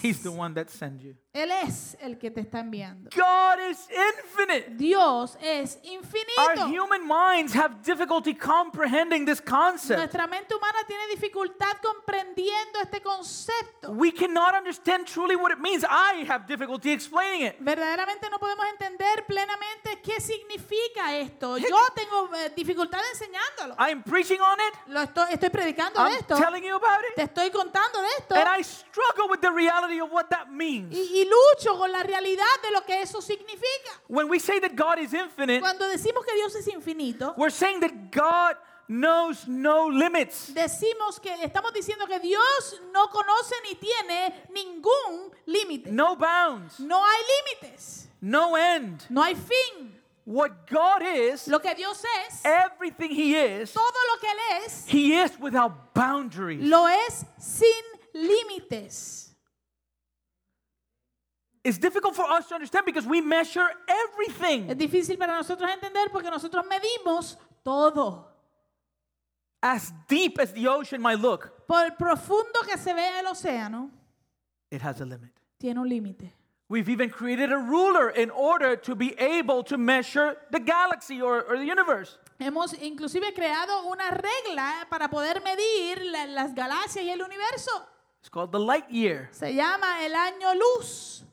A: He's
B: es.
A: the one that sent you.
B: Él es el que te está enviando.
A: God is infinite.
B: Dios es
A: Our
B: infinito.
A: human minds have difficulty comprehending this concept.
B: Nuestra mente humana tiene dificultad comprendiendo este concepto.
A: We cannot understand truly what it means. I have difficulty explaining it.
B: Verdaderamente no podemos entender plenamente qué significa esto. Yo tengo eh, dificultad enseñándolo.
A: I'm preaching on it.
B: Lo estoy, estoy predicando de
A: I'm
B: esto.
A: telling you about
B: Te
A: it.
B: estoy contando de esto.
A: And I struggle with the reality of what that means.
B: Y, y lucho con la realidad de lo que eso significa.
A: When we say that God is infinite,
B: Cuando decimos que Dios es infinito,
A: we're saying that God knows no limits.
B: decimos que estamos diciendo que Dios no conoce ni tiene ningún límite.
A: no bounds,
B: No hay límites,
A: no end.
B: no hay fin.
A: What God is,
B: Lo que Dios es,
A: everything He is,
B: todo lo que Él es,
A: He is without boundaries.
B: lo es sin límites.
A: It's difficult for us to understand because we measure
B: Es
A: everything
B: difícil para nosotros entender porque nosotros medimos todo.
A: as deep as the ocean might look.
B: Por profundo que se vea el océano,
A: It has a limit.
B: tiene un límite.
A: We've even created a ruler in order to be able to measure the galaxy or, or the universe.
B: Hemos inclusive creado una regla para poder medir la- las galaxias y el universo.
A: It's called the light year.
B: Se llama el año luz.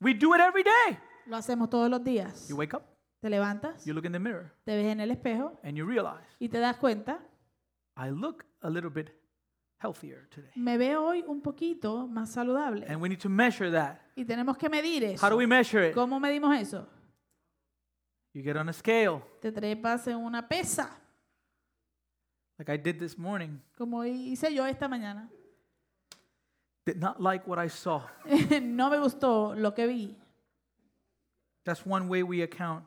A: We do it every day.
B: Lo hacemos todos los días.
A: You wake up,
B: Te levantas,
A: you look in the mirror,
B: te ves en el espejo
A: and you realize
B: y te das cuenta,
A: I look a little bit healthier today.
B: me veo hoy un poquito más saludable.
A: And we need to measure that.
B: Y tenemos que medir
A: How do
B: eso.
A: we measure it?
B: ¿Cómo medimos eso?
A: You get on a scale,
B: Te trepas en una pesa,
A: like I did this morning.
B: como hice yo esta mañana.
A: Did not like what I saw.
B: no me gustó lo que vi.
A: That's one way we account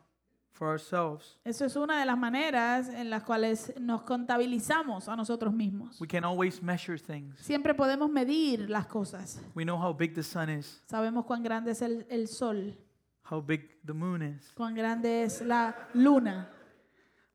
A: for ourselves.
B: Eso es una de las maneras en las cuales nos contabilizamos a nosotros mismos.
A: We can always measure things.
B: Siempre podemos medir las cosas.
A: We know how big the sun is,
B: Sabemos cuán grande es el, el sol,
A: how big the moon is,
B: cuán grande es la luna.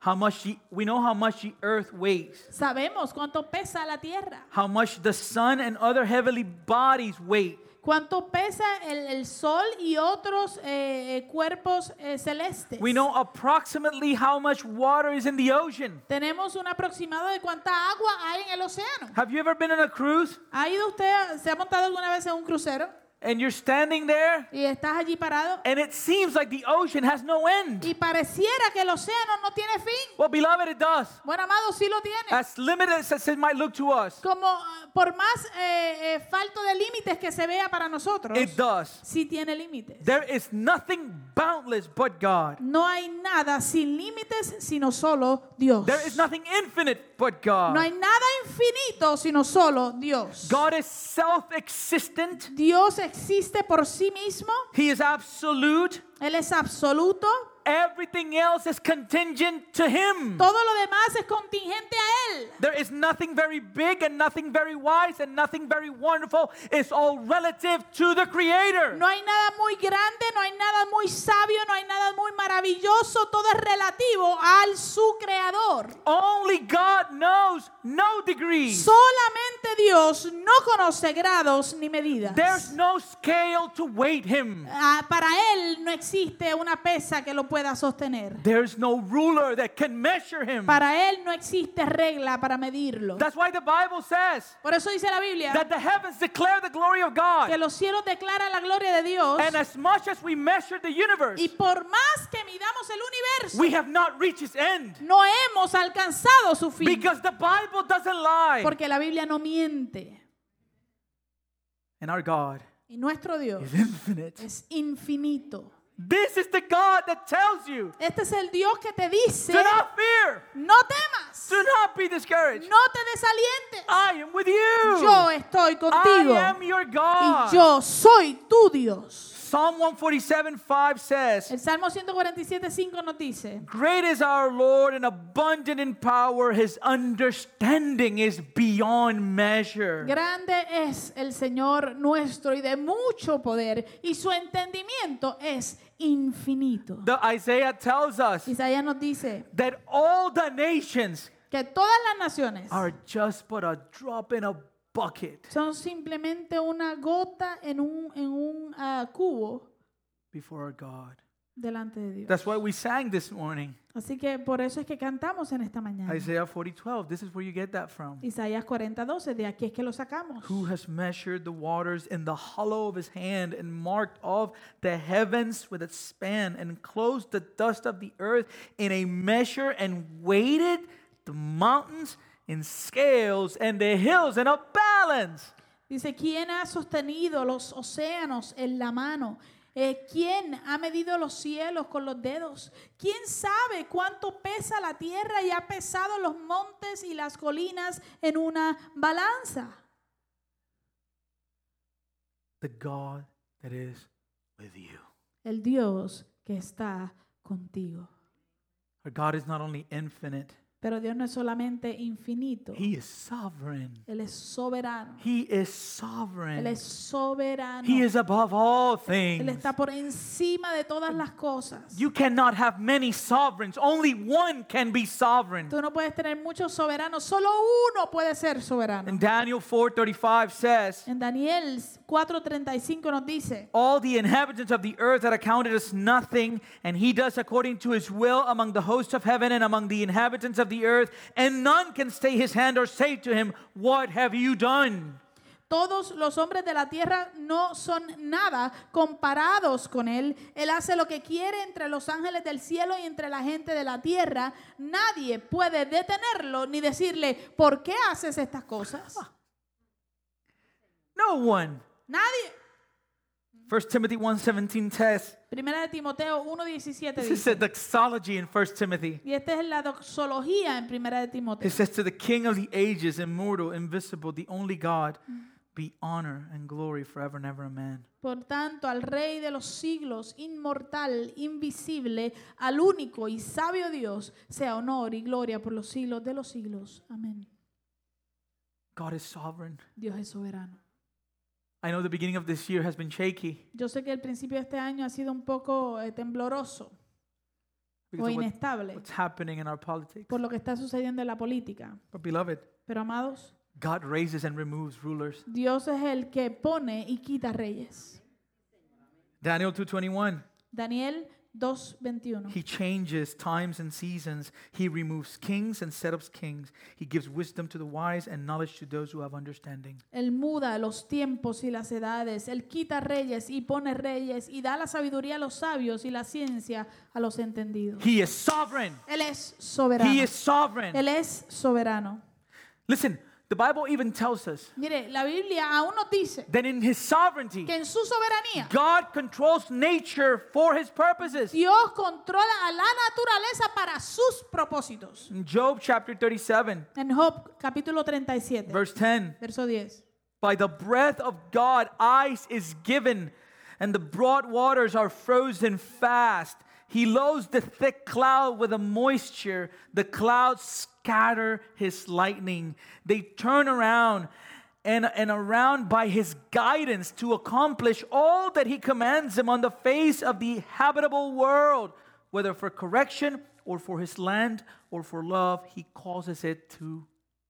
A: how much the, we know how much the earth weighs,
B: Sabemos cuánto pesa la tierra,
A: how much the sun and other heavenly bodies weigh.
B: ¿Cuánto pesa el, el sol y otros eh, eh, cuerpos eh, celestes?
A: We know approximately how much water is in the ocean.
B: Tenemos un aproximado de cuánta agua hay en el océano.
A: Have you ever been on a cruise
B: ¿Ha ido usted, a- se ha montado alguna vez en un crucero
A: and you're standing there
B: y estás allí parado
A: and it seems like the ocean has no end?
B: y pareciera que el océano no tiene fin?
A: Well, beloved, it does.
B: Bueno, amado, sí lo tiene.
A: As limited as it might look to us,
B: Como ah, por más eh, eh, falto de límites que se vea para nosotros,
A: it does.
B: sí tiene límites.
A: There is nothing boundless but God.
B: No hay nada sin límites sino solo Dios.
A: There is nothing infinite but
B: No hay
A: God.
B: nada infinito sino solo Dios.
A: God is self existent,
B: Dios existe por sí mismo,
A: He is absolute.
B: Él es absoluto,
A: Everything else is contingent to Him.
B: todo lo demás es contingente a Él.
A: There is nothing very big and nothing very wise and nothing very wonderful. It's all relative to the Creator.
B: No hay nada muy grande, no hay nada muy sabio, no hay nada muy maravilloso, todo es relativo al su creador.
A: Only God knows no degree.
B: Solamente Dios no conoce grados ni medidas.
A: There's no scale to weight Him.
B: Ah, para Él no existe una pesa que lo pueda sostener.
A: There's no ruler that can measure him.
B: Para Él no existe regla para medirlo.
A: That's why the Bible says
B: Por eso dice la Biblia
A: that the heavens declare the glory of
B: que
A: God.
B: los cielos declaran la gloria de Dios
A: And as much as we measure the universe,
B: y por más que midamos el universo,
A: we have not reached its end.
B: no hemos alcanzado su fin.
A: Because the Bible doesn't lie.
B: Porque la Biblia no miente.
A: And our God
B: Y nuestro Dios
A: is infinite.
B: es infinito.
A: This is the God that tells you
B: Este es el Dios que te dice,
A: do not fear,
B: no temas,
A: do not be discouraged.
B: no te desalientes.
A: I am with you.
B: Yo estoy contigo
A: I am your
B: y
A: God.
B: yo soy tu Dios.
A: Psalm 147 5 says,
B: El Salmo 147.5 nos dice,
A: Great is our Lord and abundant in power. His understanding is beyond measure.
B: Grande es el Señor nuestro y de mucho poder, y su entendimiento es infinito.
A: The Isaiah tells us
B: Isaías nos dice
A: that all the nations
B: que todas las naciones
A: are just but a drop in a bucket
B: son simplemente una gota en un, en un ah, cubo
A: before our God.
B: delante de Dios.
A: That's why we sang this morning.
B: Así que por eso es que cantamos en esta mañana.
A: Isaiah 40:12. This is where you get that from.
B: Isaías 40:12, de aquí es que lo sacamos.
A: Who has measured the waters in the hollow of his hand and marked off the heavens with its span and closed the dust of the earth in a measure and weighted the mountains in scales and the hills in a balance?
B: Dice, ¿quién ha sostenido los océanos en la mano? Eh, ¿Quién ha medido los cielos con los dedos? ¿Quién sabe cuánto pesa la tierra y ha pesado los montes y las colinas en una balanza?
A: The God that is with you.
B: El Dios que está contigo.
A: Our God is not only infinite,
B: Pero Dios no es solamente infinito,
A: He is sovereign.
B: Él es soberano.
A: He is
B: Él
A: sovereign.
B: es soberano.
A: He is above all
B: Él
A: things.
B: está por encima de todas las cosas.
A: You cannot have many sovereigns. Only one can be sovereign.
B: Tú no puedes tener muchos soberanos, solo uno puede ser soberano.
A: And Daniel 4:35 says,
B: En Daniel 4:35 nos dice,
A: all the inhabitants of the earth are accounted as nothing, and he does according to his will among the hosts of heaven and among the inhabitants of the earth, and none can stay his hand or say to him, What have you done?
B: todos los hombres de la tierra no son nada comparados con él. Él hace lo que quiere entre los ángeles del cielo y entre la gente de la tierra. Nadie puede detenerlo ni decirle, ¿por qué haces estas cosas?
A: No one.
B: Nadie.
A: 1 Timothy 1:17 says,
B: Primera de Timoteo 1:17
A: This is
B: dice,
A: a doxology in 1 Timothy.
B: y esta es la doxología en Primera de
A: It
B: Timoteo.
A: says, To the King of the ages, immortal, invisible, the only God, be honor and glory forever and ever. Amen.
B: Por tanto, al Rey de los siglos, inmortal, invisible, al único y sabio Dios, sea honor y gloria por los siglos de los siglos. Amén.
A: God is sovereign.
B: Dios es soberano.
A: I know the beginning of this year has been shaky.
B: Yo sé que el principio de este año ha sido un poco eh, tembloroso
A: because of
B: o
A: what-
B: inestable
A: what's happening in our politics.
B: por lo que está sucediendo en la política.
A: But beloved,
B: Pero amados,
A: God raises and removes rulers.
B: Dios es el que pone y quita reyes.
A: Daniel 2:21.
B: Daniel 2:21.
A: He changes times and seasons. He removes kings and sets up kings. He gives wisdom to the wise and knowledge to those who have understanding.
B: Él muda los tiempos y las edades, él quita reyes y pone reyes y da la sabiduría a los sabios y la ciencia a los entendidos.
A: He is sovereign.
B: Él es soberano.
A: He is sovereign.
B: Él es soberano.
A: Listen, the Bible even tells us
B: Mire, la Biblia aún nos dice
A: that in his sovereignty,
B: que en su soberanía
A: God controls nature for his purposes.
B: Dios controla a la naturaleza para sus propósitos.
A: In Job chapter 37,
B: En Job capítulo 37,
A: verse 10.
B: verso 10.
A: By the breath of God, ice is given, and the broad waters are frozen fast. He loads the thick cloud with a moisture. The clouds scatter his lightning. They turn around and, and around by his guidance to accomplish all that he commands him on the face of the habitable world, whether for correction or for his land or for love, he causes it to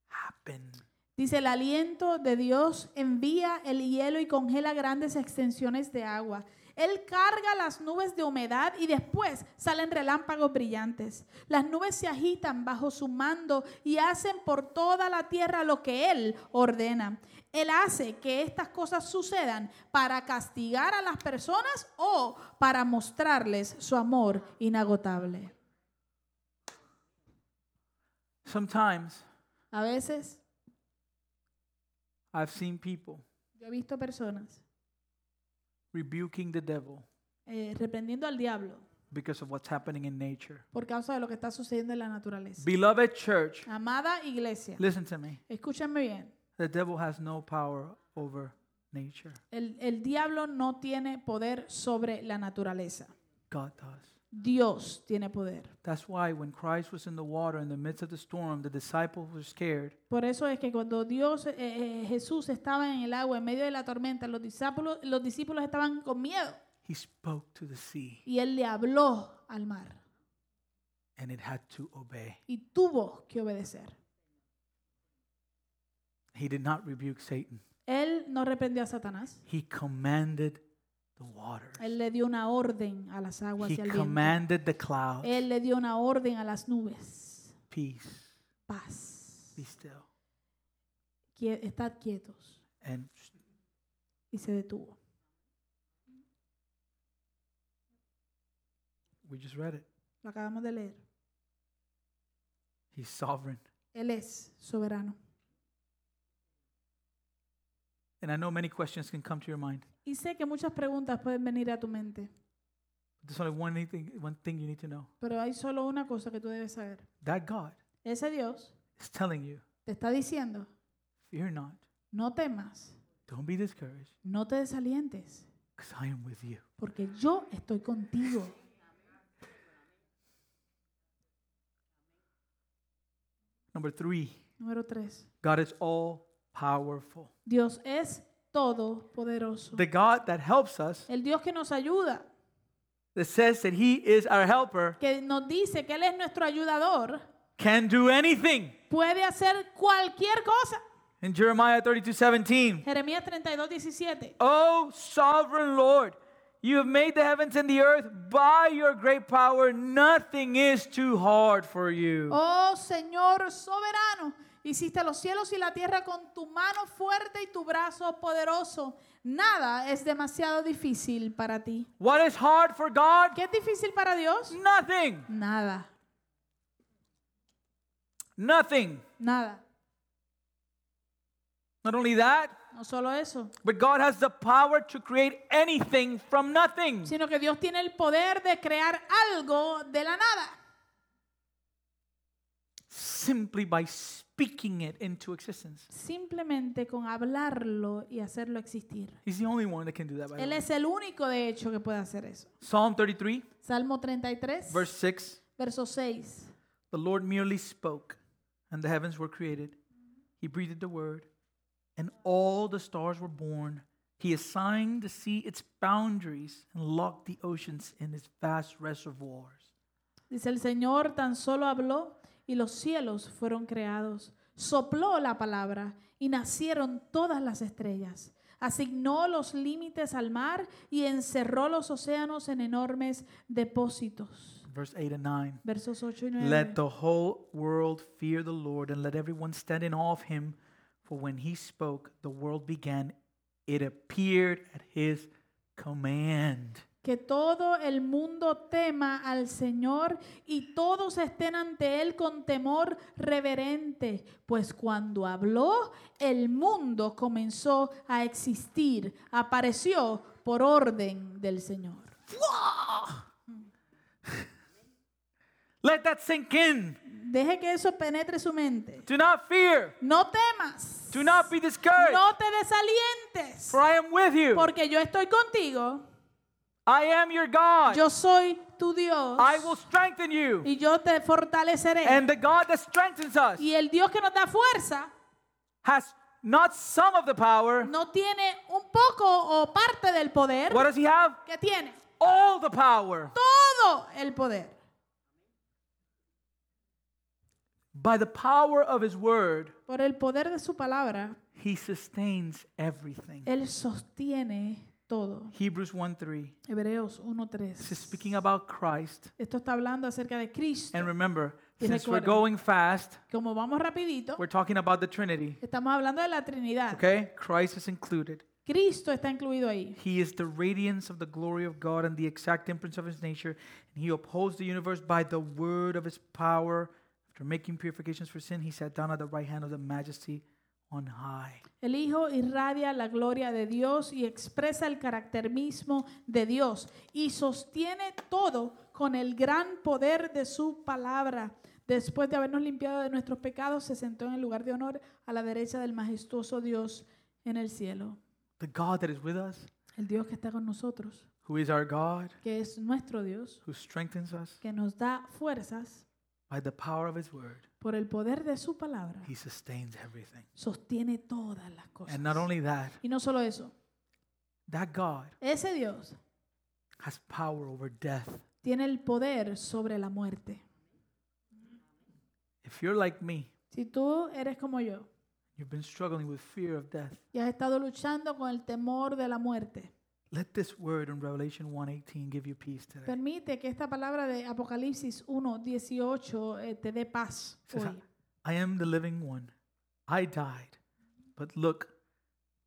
A: happen.
B: Dice, el aliento de Dios envía el hielo y congela grandes extensiones de agua. Él carga las nubes de humedad y después salen relámpagos brillantes. Las nubes se agitan bajo su mando y hacen por toda la tierra lo que Él ordena. Él hace que estas cosas sucedan para castigar a las personas o para mostrarles su amor inagotable.
A: Sometimes
B: A veces
A: I've seen people
B: yo he visto personas
A: rebuking the devil
B: eh, reprendiendo al diablo
A: because of what's happening in nature.
B: por causa de lo que está sucediendo en la naturaleza.
A: Beloved church,
B: Amada iglesia,
A: listen to me.
B: escúchenme bien.
A: The devil has no power over nature.
B: El, el diablo no tiene poder sobre la naturaleza.
A: God does.
B: Dios tiene poder.
A: That's why when Christ was in the water in the midst of the storm, the disciples were scared
B: Por eso es que cuando Dios, eh, eh, Jesús estaba en el agua en medio de la tormenta, los discípulos, los discípulos estaban con miedo
A: he spoke to the sea
B: y él le habló al mar
A: and it had to obey.
B: y tuvo que obedecer.
A: He did not rebuke Satan.
B: Él no reprendió a Satanás.
A: He commanded the waters.
B: Él le dio una orden a las aguas
A: He
B: y al viento.
A: commanded the clouds.
B: Él le dio una orden a las nubes.
A: Peace,
B: Paz.
A: be still.
B: Quie- Estad quietos.
A: And
B: y se detuvo.
A: we just read it.
B: Lo acabamos de leer.
A: He's sovereign.
B: Él es soberano.
A: And I know many questions can come to your mind.
B: Y sé que muchas preguntas pueden venir a tu mente,
A: There's only one thing, one thing you need to know.
B: pero hay solo una cosa que tú debes saber.
A: That God
B: Ese Dios
A: is telling you,
B: te está diciendo,
A: fear not,
B: no temas,
A: don't be discouraged,
B: no te desalientes,
A: because I am with you.
B: porque yo estoy contigo.
A: Number three,
B: Número tres.
A: God is all powerful.
B: Dios es todopoderoso.
A: The God that helps us,
B: El Dios que nos ayuda,
A: that says that He is our helper,
B: que nos dice que Él es nuestro ayudador,
A: can do anything.
B: puede hacer cualquier cosa.
A: In Jeremiah 32 17,
B: Jeremías 32, 17.
A: O "Oh, sovereign Lord, you have made the heavens and the earth by your great power. Nothing is too hard for you.
B: Oh Señor soberano, hiciste los cielos y la tierra con tu mano fuerte y tu brazo poderoso. Nada es demasiado difícil para ti.
A: What is hard for God?
B: ¿Qué es difícil para Dios?
A: Nothing.
B: Nada,
A: Nothing.
B: nada.
A: Not only that,
B: No solo eso,
A: but God has the power to create anything from nothing.
B: sino que Dios tiene el poder de crear algo de la nada,
A: Simply by speaking it into existence.
B: simplemente con hablarlo y hacerlo existir.
A: He's the only one that can do that. By the
B: Él
A: way.
B: es el único, de hecho, que puede hacer eso.
A: Psalm 33,
B: Salmo 33,
A: verse 6.
B: verso 6.
A: The Lord merely spoke, and the heavens were created. He breathed the word, and all the stars were born. He assigned the sea its boundaries and locked the oceans in its vast reservoirs.
B: Dice el Señor tan solo habló y los cielos fueron creados. sopló la palabra y nacieron todas las estrellas. Asignó los límites al mar y encerró los océanos en enormes depósitos.
A: Verse 8 and 9.
B: Versos 8 y 9.
A: Let the whole world fear the Lord, and let everyone stand in awe of him. For when he spoke, the world began. It appeared at his command.
B: Que todo el mundo tema al Señor y todos estén ante Él con temor reverente, pues cuando habló, el mundo comenzó a existir, apareció por orden del Señor.
A: Let that sink in.
B: Deje que eso penetre su mente.
A: Do not fear.
B: No temas,
A: Do not be discouraged.
B: no te desalientes,
A: For I am with you.
B: porque yo estoy contigo,
A: I am your God.
B: yo soy tu Dios
A: I will strengthen you.
B: y yo te fortaleceré.
A: And the God that strengthens us
B: Y el Dios que nos da fuerza
A: has not some of the power.
B: no tiene un poco o parte del poder
A: What does he have?
B: que tiene
A: All the power.
B: todo el poder.
A: By the power of his word,
B: Por el poder de su palabra,
A: he sustains everything.
B: Él sostiene todo.
A: Hebrews 1 3.
B: Hebreos
A: This is
B: 1.3.
A: speaking about Christ.
B: Esto está hablando acerca de Cristo.
A: And remember,
B: Y
A: since we're
B: recuerden.
A: going fast,
B: Como vamos rapidito,
A: we're talking about the Trinity.
B: estamos hablando de la Trinidad.
A: Okay? Christ is included.
B: Cristo está incluido ahí.
A: He is the radiance of the glory of God and the exact imprint of his nature, and he upholds the universe by the word of his power. After making purifications for sin, he sat down at the right hand of the majesty on high.
B: El Hijo irradia la gloria de Dios y expresa el carácter mismo de Dios y sostiene todo con el gran poder de su palabra. Después de habernos limpiado de nuestros pecados, se sentó en el lugar de honor a la derecha del majestuoso Dios en el cielo.
A: The God that is with us,
B: El Dios que está con nosotros,
A: who is our God,
B: que es nuestro Dios,
A: who strengthens us
B: que nos da fuerzas
A: by the power of his word,
B: por el poder de su palabra,
A: he sustains everything.
B: sostiene todas las cosas.
A: And not only that,
B: Y no solo eso,
A: that God
B: ese Dios
A: has power over death.
B: tiene el poder sobre la muerte.
A: If you're like me,
B: Si tú eres como yo
A: you've been struggling with fear of death.
B: y has estado luchando con el temor de la muerte,
A: Let this word in Revelation 1:18 give you peace today.
B: permite que esta palabra de Apocalipsis 1, 18 te dé paz
A: It says,
B: hoy.
A: I am the living one. I died. But look,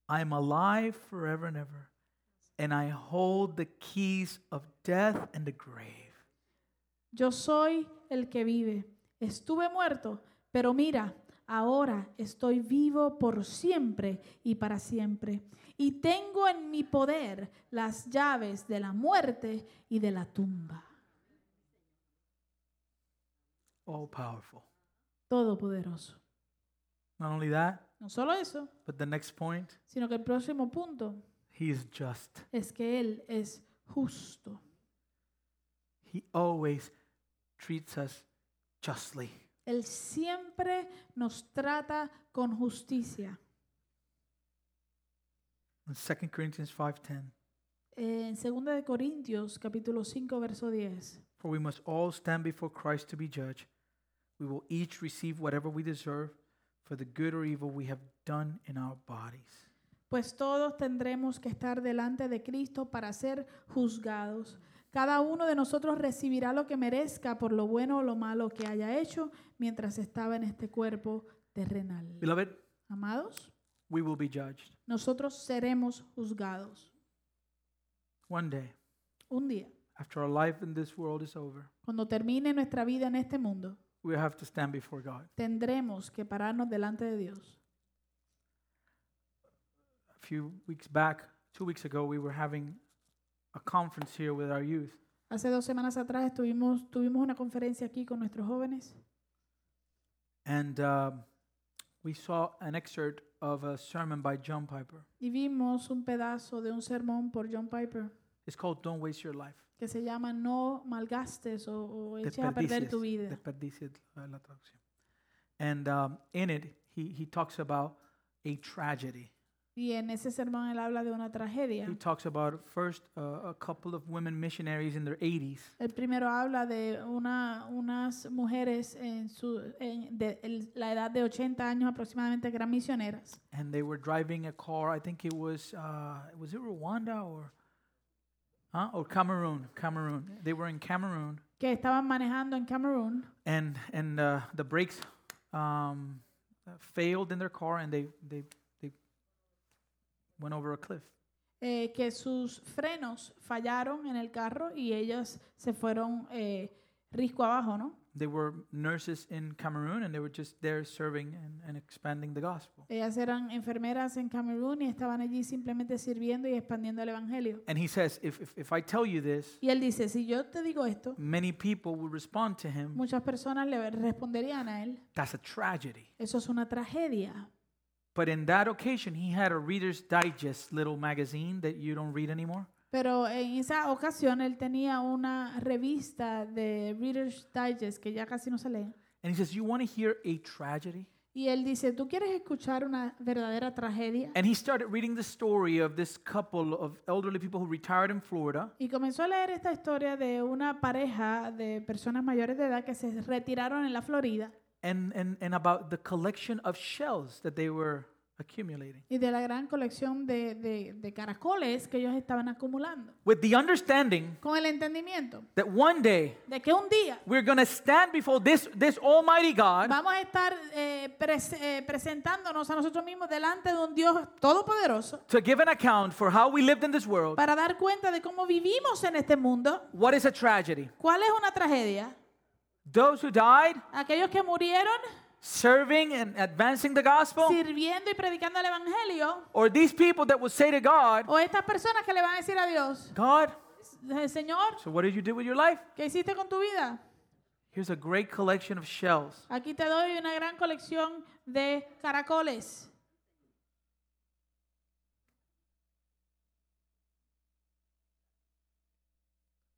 A: I am alive forever and ever, and I hold the keys of death and the grave.
B: Yo soy el que vive. Estuve muerto, pero mira, ahora estoy vivo por siempre y para siempre. Y tengo en mi poder las llaves de la muerte y de la tumba.
A: All powerful.
B: Todopoderoso.
A: Not only that,
B: No solo eso,
A: but the next point,
B: sino que el próximo punto
A: he is just.
B: es que Él es justo.
A: He always treats us justly.
B: Él siempre nos trata con justicia.
A: In 2 Corinthians 5:10,
B: Eh, En 2 de Corintios capítulo 5 verso 10.
A: for we must all stand before Christ to be judged. We will each receive whatever we deserve for the good or evil we have done in our bodies.
B: Pues todos tendremos que estar delante de Cristo para ser juzgados. Cada uno de nosotros recibirá lo que merezca por lo bueno o lo malo que haya hecho mientras estaba en este cuerpo terrenal.
A: Beloved,
B: Amados,
A: we will be judged
B: nosotros seremos juzgados
A: one day
B: un día.
A: after our life in this world is over.
B: Cuando termine nuestra vida en este mundo,
A: We have to stand before God.
B: tendremos que pararnos delante de Dios.
A: A few weeks back, two weeks ago, we were having a conference here with our youth,
B: Hace dos semanas atrás estuvimos, tuvimos una conferencia aquí con nuestros jóvenes
A: and um, we saw an excerpt of a sermon by John Piper.
B: y vimos un pedazo de un sermón por John Piper
A: It's called "Don't Waste Your Life."
B: que se llama No malgastes o, o eches a perder tu
A: Desperdicies.
B: vida.
A: Desperdicies, la la traducción. And um, in it, he, he talks about a tragedy.
B: Y en ese sermón él habla de una tragedia.
A: He talks about first uh, a couple of women missionaries in their 80s
B: El primero habla de una, unas mujeres en su, en- de el- la edad de 80 años aproximadamente que eran misioneras.
A: and they were driving a car. I think it was uh, was it Rwanda or huh? or Cameroon? Cameroon. They were in Cameroon,
B: que estaban manejando en Camerún
A: and and uh, the brakes um, uh, failed in their car, and they they they went over a cliff.
B: eh, que sus frenos fallaron en el carro y ellas se fueron eh, risco abajo, ¿no?
A: They were nurses in Cameroon, and they were just there serving and, and expanding the gospel.
B: Ellas eran enfermeras en Camerún y estaban allí simplemente sirviendo y expandiendo el Evangelio.
A: And he says, if if, if I tell you this,
B: Y él dice, si yo te digo esto,
A: many people will respond to him.
B: muchas personas le responderían a él,
A: That's a tragedy.
B: eso es una tragedia.
A: But in that occasion, he had a Reader's Digest little magazine that you don't read anymore.
B: Pero en esa ocasión él tenía una revista de Reader's Digest que ya casi no se lee.
A: And he says, You want to hear a tragedy?
B: Y él dice, ¿tú quieres escuchar una verdadera tragedia?
A: And he started reading the story of this couple of elderly people who retired in Florida.
B: Y comenzó a leer esta historia de una pareja de personas mayores de edad que se retiraron en la Florida
A: And, and, and about the collection of shells that they were accumulating.
B: y de la gran colección de, de- de caracoles que ellos estaban acumulando.
A: With the understanding
B: Con el entendimiento
A: that one day
B: de que un día
A: we're going to stand before this, this Almighty God
B: vamos a estar eh, pres- eh, presentándonos a nosotros mismos delante de un Dios todopoderoso
A: to give an account for how we lived in this world.
B: para dar cuenta de cómo vivimos en este mundo.
A: What is a tragedy?
B: ¿Cuál es una tragedia?
A: Those who died
B: Aquellos que murieron
A: serving and advancing the gospel?
B: sirviendo y predicando el Evangelio
A: Or these people that will say to God,
B: o estas personas que le van a decir a Dios,
A: God,
B: "Eh, Señor,
A: so what did you do with your life?
B: ¿Qué hiciste con tu vida?
A: Here's a great collection of shells.
B: Aquí te doy una gran colección de caracoles.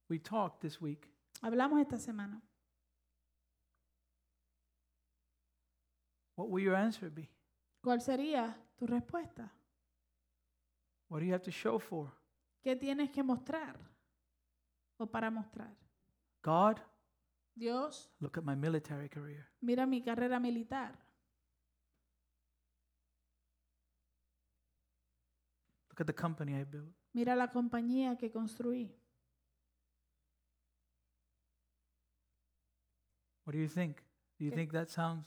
A: We talked this week
B: Hablamos esta semana.
A: What will your answer be?
B: ¿Cuál sería tu respuesta?
A: What do you have to show for?
B: ¿Qué tienes que mostrar? O para mostrar.
A: God,
B: Dios,
A: look at my military career.
B: mira mi carrera militar.
A: Look at the company I built.
B: Mira la compañía que construí.
A: What do you think? Do you
B: Okay.
A: think that sounds?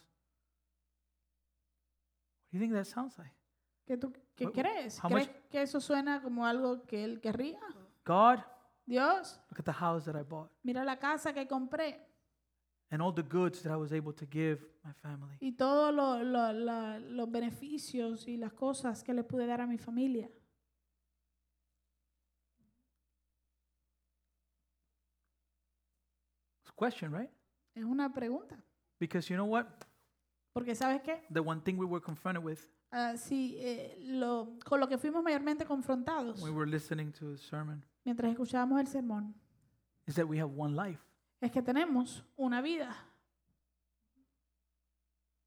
A: What do you think that sounds like?
B: ¿Qué, tú, qué
A: Wha- wha-
B: crees?
A: how
B: ¿Crees
A: much-
B: que eso suena como algo que él querría?
A: God,
B: Dios,
A: look at the house that I bought
B: mira la casa que compré
A: and all the goods that I was able to give my family.
B: y todos lo- lo- la- los beneficios y las cosas que le pude dar a mi familia.
A: It's a question, right?
B: Es una pregunta.
A: Because you know what?
B: Porque sabes qué?
A: The one thing we were confronted with
B: Ah, sí, eh, lo- con lo que fuimos mayormente confrontados
A: when we were listening to a sermon
B: mientras escuchábamos el sermón
A: is that we have one life
B: es que tenemos una vida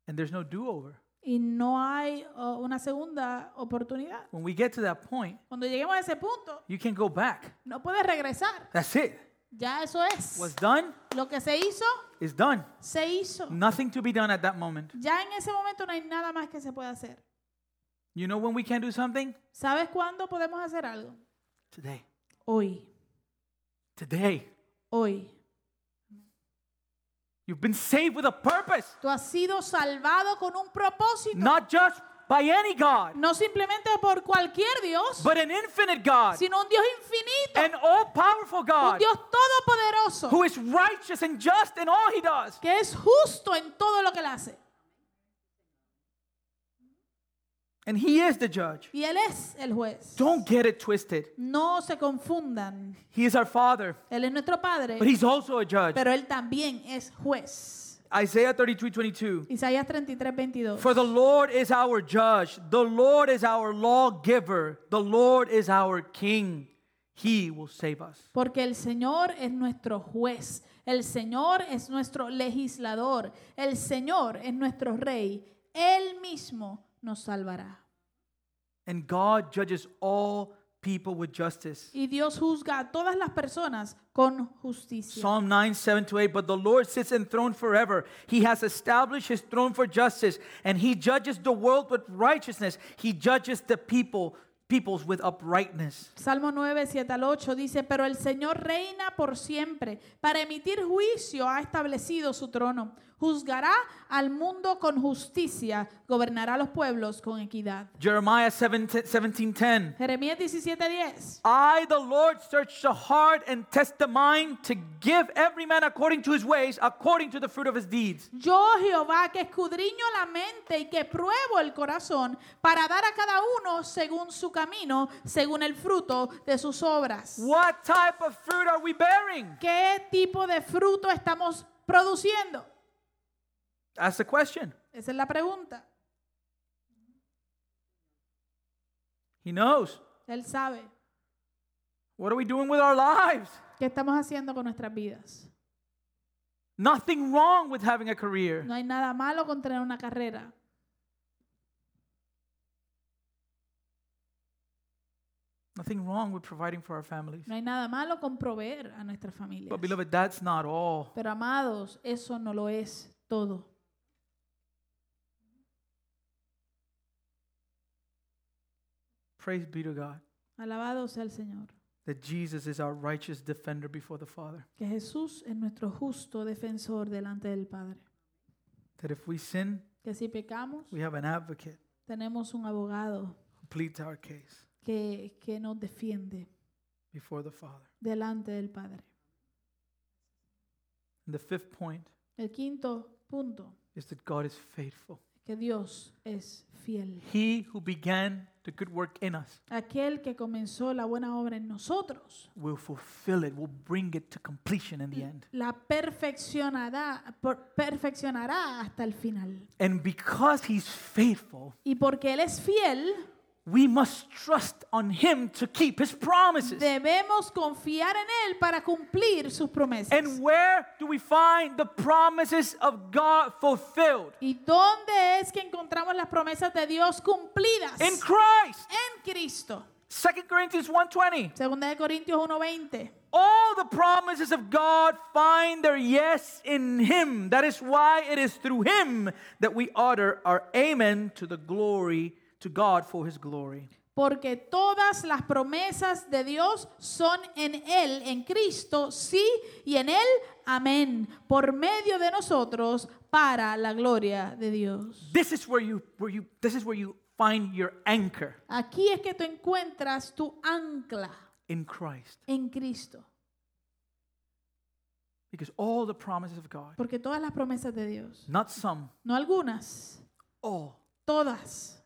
A: and there's no do over.
B: y no hay oh, una segunda oportunidad.
A: When we get to that point,
B: Cuando lleguemos a ese punto,
A: you can go back.
B: no puedes regresar.
A: That's it.
B: Ya eso
A: What's
B: es.
A: done
B: Lo que se hizo,
A: is done.
B: se hizo.
A: Nothing to be done at that moment.
B: Ya en ese momento no hay nada más que se pueda hacer.
A: You know when we can do something?
B: ¿Sabes cuándo podemos hacer algo?
A: Today.
B: Hoy,
A: Today.
B: hoy.
A: You've been saved with a purpose,
B: Tú has sido salvado con un propósito.
A: not just by any God,
B: No simplemente por cualquier Dios,
A: but an infinite God,
B: sino un Dios infinito.
A: an all powerful
B: un
A: God
B: Dios todopoderoso
A: who is righteous and just in all he does.
B: que es justo en todo lo que él hace.
A: And he is the judge.
B: Y él es el juez.
A: Don't get it twisted.
B: No se confundan.
A: He is our father,
B: Él es nuestro padre,
A: but he's also a judge.
B: pero él también es juez.
A: Isaiah 33 22.
B: Isaías 33, 22.
A: For the Lord is our judge, the Lord is our lawgiver, the Lord is our king. He will save us.
B: Porque el Señor es nuestro juez. El Señor es nuestro legislador. El Señor es nuestro rey. Él mismo nos salvará.
A: And God judges all people with justice.
B: Y Dios juzga a todas las personas con justicia.
A: Psalm 9, 7 to 8. But the Lord sits enthroned forever. He has established his throne for justice, and he judges the world with righteousness. He judges the people, peoples with uprightness.
B: Salmo 9, 7 al 8 dice, pero el Señor reina por siempre. Para emitir juicio ha establecido su trono. Juzgará al mundo con justicia, gobernará a los pueblos con equidad.
A: Jeremiah 17, 17 10.
B: Jeremías 17, 10.
A: I, the Lord, search the heart and test the mind to give every man according to his ways, according to the fruit of his deeds.
B: Yo, Jehová, que escudriño la mente y que pruebo el corazón para dar a cada uno según su camino, según el fruto de sus obras.
A: What type of fruit are we bearing?
B: ¿Qué tipo de fruto estamos produciendo?
A: That's the question.
B: Esa es la pregunta.
A: He knows.
B: Él sabe
A: What are we doing with our lives?
B: qué estamos haciendo con nuestras vidas.
A: Nothing wrong with having a career.
B: No hay nada malo con tener una carrera.
A: Nothing wrong with providing for our families.
B: No hay nada malo con proveer a nuestra familia.
A: But, beloved, that's not all.
B: Pero amados, eso no lo es todo.
A: Praise be to God
B: Alabado sea el Señor.
A: that Jesus is our righteous defender before the Father.
B: Que Jesús es nuestro justo defensor delante del Padre.
A: That if we sin,
B: Que si pecamos,
A: we have an advocate
B: tenemos un abogado
A: who pleads our case
B: que, que nos defiende
A: before the Father.
B: delante del Padre.
A: And the fifth point
B: El quinto punto,
A: is that God is faithful.
B: que Dios es fiel.
A: He who began the good work in us
B: Aquel que comenzó la buena obra en nosotros
A: will fulfill it, will bring it to completion in the end.
B: la perfeccionará, por- perfeccionará hasta el final.
A: And because he's faithful,
B: Y porque Él es fiel,
A: we must trust on him to keep his promises.
B: debemos confiar en Él para cumplir sus promesas.
A: And where do we find the promises of God fulfilled?
B: ¿Y dónde es que encontramos las promesas de Dios cumplidas?
A: In Christ.
B: En Cristo.
A: 2 Corinthians 1:20.
B: Segunda de Corintios 1:20.
A: All the promises of God find their yes in him. That is why it is through him that we utter our amen to the glory to God for his glory.
B: Porque todas las promesas de Dios son en Él, en Cristo, sí, y en Él, amén, por medio de nosotros, para la gloria de Dios.
A: This is where you where you this is where you find your anchor
B: Aquí es que tú encuentras tu ancla
A: in Christ.
B: en Cristo.
A: Because all the promises of God,
B: Porque todas las promesas de Dios,
A: not some,
B: no algunas,
A: all
B: todas,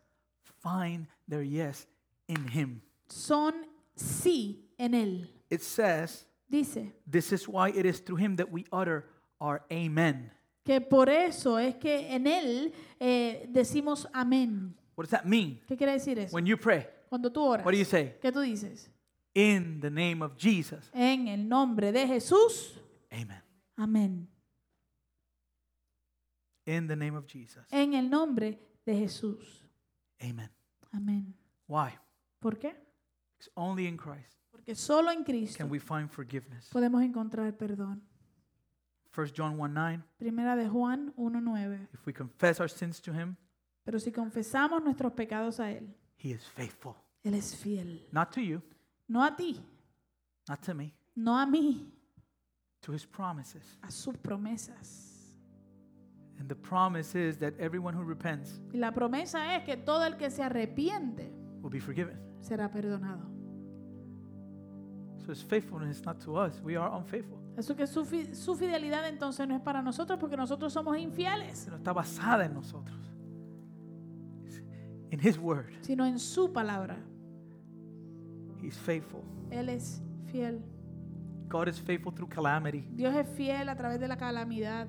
A: find their yes in him.
B: son sí en Él.
A: It says
B: Dice
A: This is why it is through him that we utter our amen.
B: que por eso es que en Él eh, decimos amén.
A: What does that mean?
B: ¿Qué quiere decir eso?
A: When you pray,
B: Cuando tú oras,
A: what do you say?
B: ¿qué tú dices?
A: In the name of Jesus.
B: En el nombre de Jesús,
A: Amen.
B: amén.
A: In the name of Jesus.
B: En el nombre de Jesús,
A: Amen.
B: amén.
A: Why?
B: ¿Por qué?
A: Because only in Christ
B: Porque solo en Cristo
A: can we find forgiveness.
B: podemos encontrar perdón.
A: 1 John 1 9.
B: Primera de Juan 1:9.
A: If we confess our sins to him,
B: Pero si confesamos nuestros pecados a él,
A: he is faithful.
B: él es fiel,
A: Not to you,
B: no a ti,
A: not to me,
B: no a mí,
A: to his promises.
B: a sus promesas.
A: And the promise is that everyone who repents
B: Y la promesa es que todo el que se arrepiente
A: will be forgiven.
B: será perdonado.
A: So his faithfulness is not to us. We are unfaithful.
B: Así que su, fi- su fidelidad entonces no es para nosotros porque nosotros somos infieles,
A: no está basada en nosotros. En His Word,
B: sino en su palabra.
A: He's faithful.
B: Él es fiel.
A: God is faithful through calamity.
B: Dios es fiel a través de la calamidad.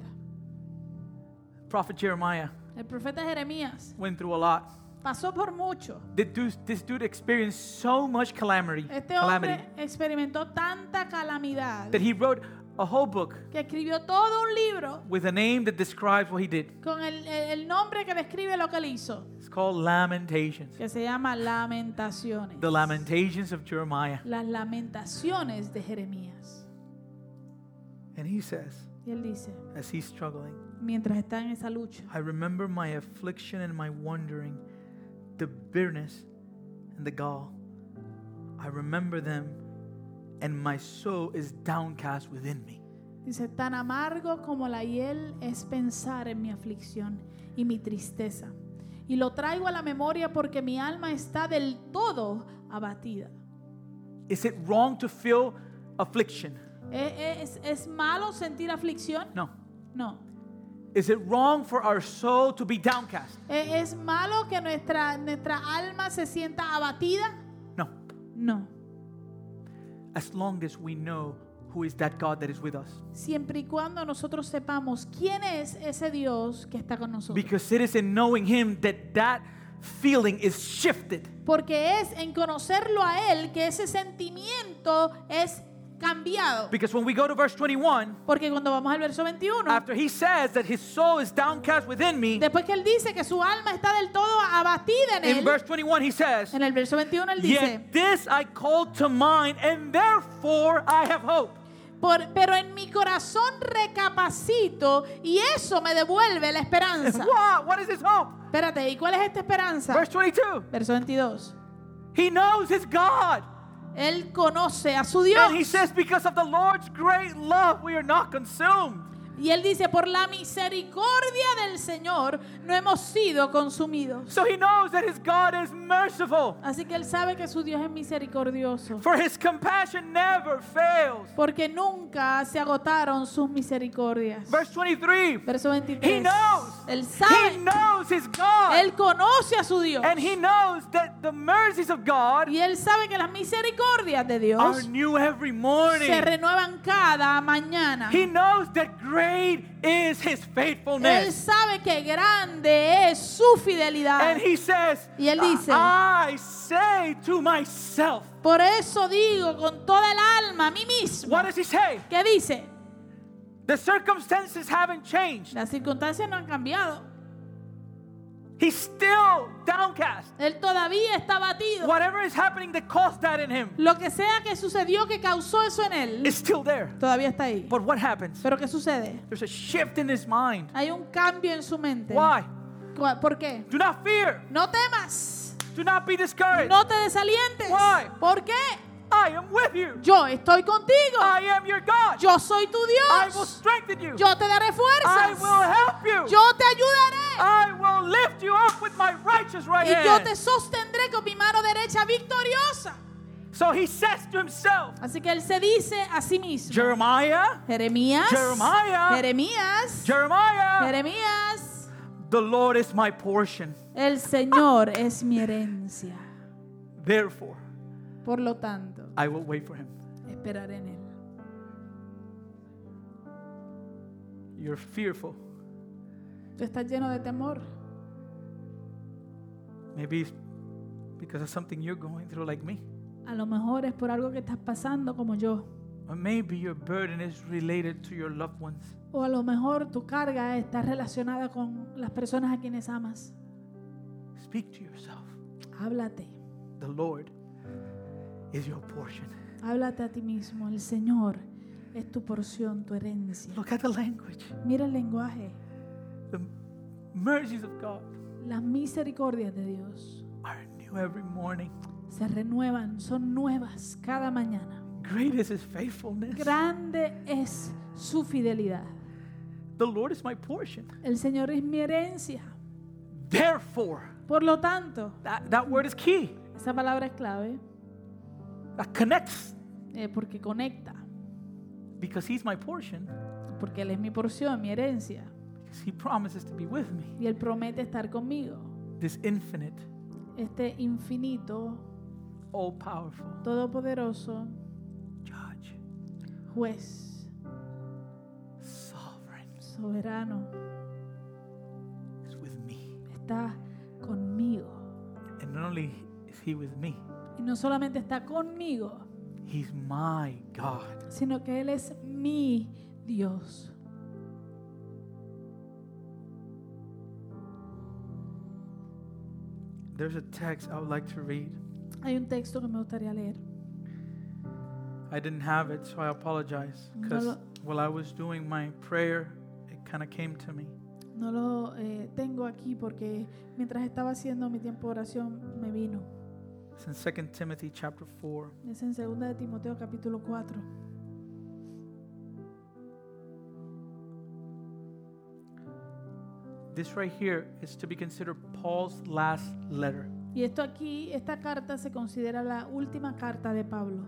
A: Prophet Jeremiah
B: El profeta Jeremías
A: went through a lot.
B: pasó por mucho.
A: This dude, this dude experienced so much calamity,
B: Este
A: calamity
B: hombre experimentó tanta calamidad
A: that he wrote a whole book
B: que escribió todo un libro
A: with a name that describes what he did.
B: con el, el- el nombre que describe lo que él hizo.
A: It's called Lamentations.
B: que se llama Lamentaciones.
A: The Lamentations of Jeremiah.
B: Las lamentaciones de Jeremías.
A: And he says,
B: Y él dice,
A: as he's struggling,
B: mientras está en esa lucha,
A: I remember my affliction and my wandering, the bitterness and the gall. I remember them, and my soul is downcast within me.
B: dice, tan amargo como la hiel es pensar en mi aflicción y mi tristeza. Y lo traigo a la memoria porque mi alma está del todo abatida.
A: Is it wrong to feel affliction?
B: ¿E- ¿Es, es malo sentir aflicción?
A: No.
B: No.
A: Is it wrong for our soul to be downcast?
B: ¿E- ¿Es malo que nuestra, nuestra alma se sienta abatida?
A: No.
B: No.
A: As long as we know who is that God that is with us.
B: Siempre y cuando nosotros sepamos quién es ese Dios que está con nosotros.
A: Because it is in knowing Him that that feeling is shifted.
B: Porque es en conocerlo a Él que ese sentimiento es cambiado.
A: Because when we go to verse 21,
B: Porque cuando vamos al verso 21,
A: after He says that His soul is downcast within me,
B: después que Él dice que su alma está del todo abatida en
A: in
B: Él,
A: verse 21, He says,
B: en el verso 21 Él dice,
A: Yet this I call to mind, and therefore I have hope.
B: "Por- pero en mi corazón recapacito y eso me devuelve la esperanza.
A: What? What is this hope?
B: Espérate, ¿y cuál es esta esperanza?
A: Verse 22.
B: Verso 22.
A: He knows his God.
B: Él conoce a su Dios.
A: And he says, Because of the Lord's great love, we are not consumed.
B: Y él dice, por la misericordia del Señor no hemos sido consumidos.
A: So he knows that his God is merciful,
B: Así que él sabe que su Dios es misericordioso.
A: for his compassion never fails.
B: Porque nunca se agotaron sus misericordias.
A: Verse 23.
B: Verso
A: He
B: 23.
A: knows.
B: Él
A: He
B: sabe,
A: knows his God.
B: él conoce a su Dios.
A: And he knows that the mercies of God
B: Y él sabe que las misericordias de
A: are
B: Dios
A: new every
B: se
A: morning.
B: renuevan cada mañana.
A: He knows that great is his
B: Él
A: faithfulness.
B: sabe que grande es su fidelidad.
A: And he says,
B: Y él dice-
A: I say to myself.
B: Por eso digo con toda el alma a mí mismo.
A: What does he say?
B: ¿Qué dice?
A: The circumstances haven't changed.
B: Las circunstancias no han cambiado.
A: He's still downcast.
B: Él todavía está abatido.
A: Whatever is happening that caused that in him
B: Lo que sea que sucedió que causó eso en él,
A: is still there.
B: todavía está ahí.
A: But what happens?
B: Pero ¿qué sucede?
A: There's a shift in his mind.
B: Hay un cambio en su mente.
A: Why?
B: Cu- ¿Por qué?
A: Do not fear.
B: No temas.
A: Do not be discouraged.
B: No te desalientes.
A: Why?
B: ¿Por qué?
A: I am with you.
B: Yo estoy contigo.
A: I am your God.
B: Yo soy tu
A: I will
B: Dios.
A: strengthen you.
B: Yo te daré
A: I
B: fuerzas.
A: will help you.
B: Yo te ayudaré.
A: I will lift you up with my righteous right
B: Y yo te
A: hand.
B: sostendré con mi mano derecha victoriosa.
A: So he says to himself,
B: Así que él se dice a sí mismo.
A: Jeremiah,
B: Jeremías.
A: Jeremiah.
B: Jeremías.
A: Jeremiah,
B: Jeremías,
A: the Lord is my portion.
B: el Señor es mi herencia.
A: Therefore,
B: Por lo tanto,
A: I will wait for him.
B: esperaré en Él.
A: You're fearful.
B: Tú estás lleno de temor.
A: Maybe it's because of something you're going through, like me.
B: A lo mejor es por algo que estás pasando como yo.
A: Or maybe your burden is related to your loved ones.
B: O a lo mejor tu carga está relacionada con las personas a quienes amas.
A: Speak to yourself.
B: Háblate,
A: The Lord is your portion.
B: háblate a ti mismo. El Señor es tu porción, tu herencia.
A: Look at the language.
B: Mira el lenguaje.
A: The mercies of God
B: Las misericordias de Dios
A: are new every morning.
B: se renuevan, son nuevas cada mañana.
A: Great is his faithfulness.
B: Grande es su fidelidad.
A: The Lord is my portion.
B: El Señor es mi herencia.
A: Therefore,
B: Por lo tanto,
A: that, that word is key.
B: esa palabra es clave
A: That connects
B: eh, porque conecta,
A: because he's my portion,
B: porque Él es mi porción, mi herencia.
A: because he promises to be with me.
B: Y Él promete estar conmigo.
A: This infinite,
B: Este infinito,
A: all powerful
B: todopoderoso,
A: judge,
B: juez,
A: sovereign.
B: soberano,
A: is with me.
B: está conmigo.
A: And not only is he with me,
B: Y no solamente está conmigo,
A: he's my God.
B: sino que Él es mi Dios.
A: there's a text I would like to read.
B: Hay un texto que me gustaría leer.
A: I didn't have it, so I apologize. Because
B: No lo-
A: while I was doing my prayer, it kind of came to me.
B: No lo eh, tengo aquí porque mientras estaba haciendo mi tiempo de oración me vino.
A: It's in 2 Timothy chapter 4.
B: Es en 2 de Timoteo capítulo 4.
A: This right here is to be considered Paul's last letter.
B: Y esto aquí, esta carta se considera la última carta de Pablo.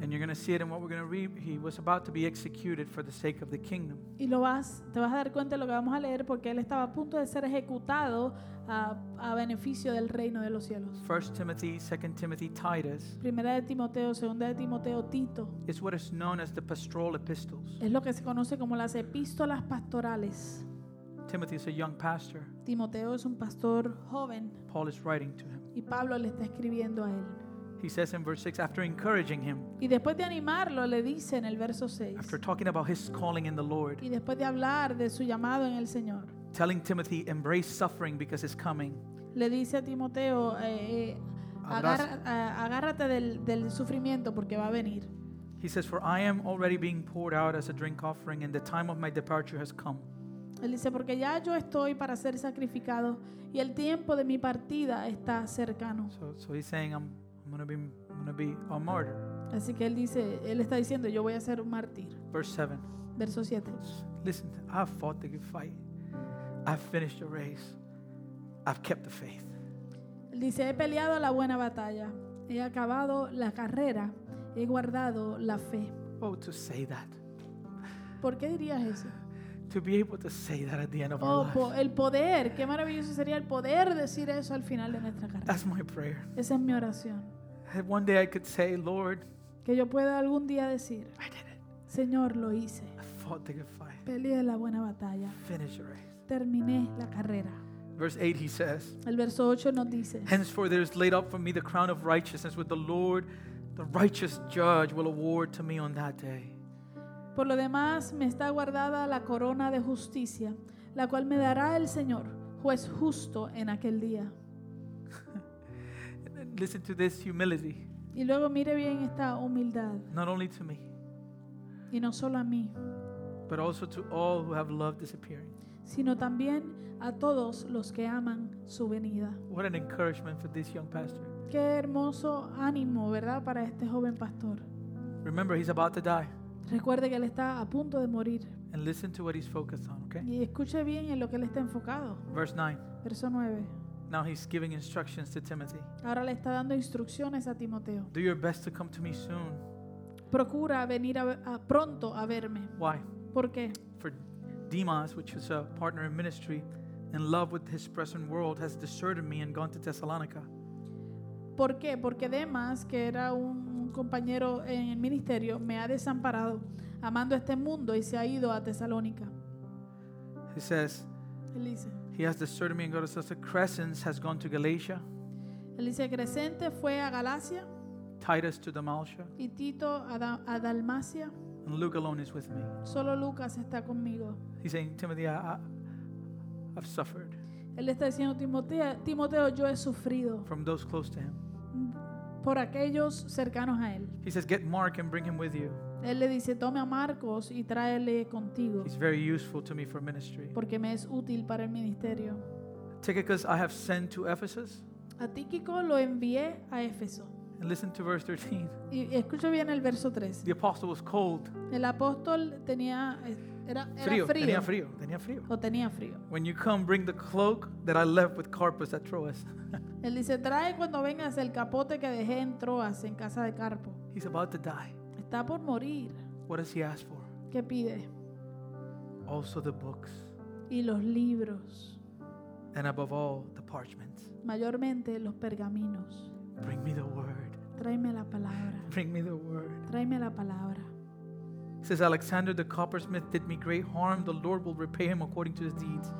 A: And you're going to see it in what we're going to read. He was about to be executed for the sake of the kingdom.
B: Y lo vas, te vas a dar cuenta de lo que vamos a leer porque él estaba a punto de ser ejecutado a, a beneficio del reino de los cielos.
A: 1 Timothy, 2 Timothy, Titus
B: Primera de Timoteo, segunda de Timoteo, Tito.
A: is what is known as the pastoral epistles.
B: Es lo que se conoce como las epístolas pastorales.
A: Timothy is a young pastor.
B: Timoteo es un pastor joven
A: Paul is writing to him.
B: y Pablo le está escribiendo a él.
A: He says in verse 6, after encouraging him,
B: Y después de animarlo, le dice en el verso 6,
A: after talking about his calling in the Lord,
B: y después de hablar de su llamado en el Señor,
A: telling Timothy, embrace suffering because it's coming.
B: le dice a Timoteo, eh, eh,
A: Abraza-
B: agarra- a- agárrate del, del sufrimiento porque va a venir.
A: He says, For I am already being poured out as a drink offering, and the time of my departure has come.
B: Él dice, porque ya yo estoy para ser sacrificado y el tiempo de mi partida está cercano.
A: So, so he's saying, I'm, I'm going to be, I'm gonna be a martyr.
B: Así que él dice, él está diciendo, yo voy a ser un mártir.
A: Verse 7.
B: Verso 7.
A: Listen, I've fought the good fight. I've finished the race. I've kept the faith.
B: Él dice, he peleado la buena batalla, he acabado la carrera, he guardado la fe.
A: Oh, to say that.
B: ¿Por qué dirías eso?
A: To be able to say that at the end of our
B: Oh, po-
A: lives.
B: el poder, qué maravilloso sería el poder decir eso al final de nuestra carrera.
A: That's my prayer.
B: Esa es mi oración.
A: That one day I could say, Lord,
B: Que yo pueda algún día decir,
A: I did it.
B: Señor, lo hice.
A: I fought the good fight.
B: Peleé la buena batalla,
A: Finished the race.
B: terminé la carrera.
A: Verse 8, he says,
B: El verso 8 nos dice,
A: Henceforth there is laid up for me the crown of righteousness, which the Lord, the righteous judge, will award to me on that day.
B: por lo demás me está guardada la corona de justicia, la cual me dará el Señor, juez justo en aquel día.
A: And then Listen to this humility,
B: Y luego mire bien esta humildad,
A: not only to me,
B: y no solo a mí,
A: but also to all who have loved this appearing.
B: sino también a todos los que aman su venida.
A: What an encouragement for this young pastor.
B: Qué hermoso ánimo, ¿verdad? Para este joven pastor.
A: Remember, he's about to die.
B: Recuerde que él está a punto de morir.
A: And listen to what he's focused on, okay?
B: Y escuche bien en lo que él está enfocado.
A: Verse 9.
B: Verso 9.
A: Now he's giving instructions to Timothy
B: Ahora le está dando instrucciones a Timoteo.
A: Do your best to come to me soon.
B: Procura venir a, ve- a- pronto a verme.
A: Why?
B: ¿Por qué?
A: For Demas, which was a partner in ministry, in love with his present world, has deserted me and gone to Thessalonica.
B: ¿Por qué? Porque Demas, que era un compañero en el ministerio, me ha desamparado, amando este mundo y se ha ido a Tesalónica.
A: He says,
B: Él dice,
A: He has deserted me and gone to Thessalonica. Crescens has gone to Galatia,
B: él dice, Crescente fue a Galacia
A: Titus to Dalmatia,
B: y Tito a, Da- a Dalmacia.
A: and Luke alone is with me.
B: Solo Lucas está conmigo.
A: He's saying, Timothy, I, I, I've suffered
B: Él le está diciendo, Timoteo, Timoteo, yo he sufrido
A: from those close to him.
B: por aquellos cercanos a él.
A: He says, Get Mark and bring him with you.
B: Él le dice, tome a Marcos y tráele contigo,
A: He's very useful to me for ministry.
B: porque me es útil para el ministerio.
A: Tychicus I have sent to Ephesus.
B: A Tíquico lo envié a Éfeso.
A: And listen to verse 13.
B: Y escucha bien el verso 3.
A: The apostle was cold.
B: El apóstol tenía, eh, era, era
A: Frío. Tenía
B: frío,
A: frío. Tenía frío.
B: o tenía frío.
A: When you come, bring the cloak that I left with Carpus at Troas.
B: Él dice, trae cuando vengas el capote que dejé en Troas, en casa de Carpo.
A: He's about to die.
B: Está por morir.
A: What does he ask for?
B: ¿Qué pide?
A: Also the books,
B: Y los libros,
A: and above all, the parchments.
B: mayormente los pergaminos.
A: Bring me the word.
B: Tráeme la palabra,
A: Bring me the word.
B: tráeme la palabra.
A: It says Alexander the coppersmith did me great harm. The Lord will repay him according to his deeds.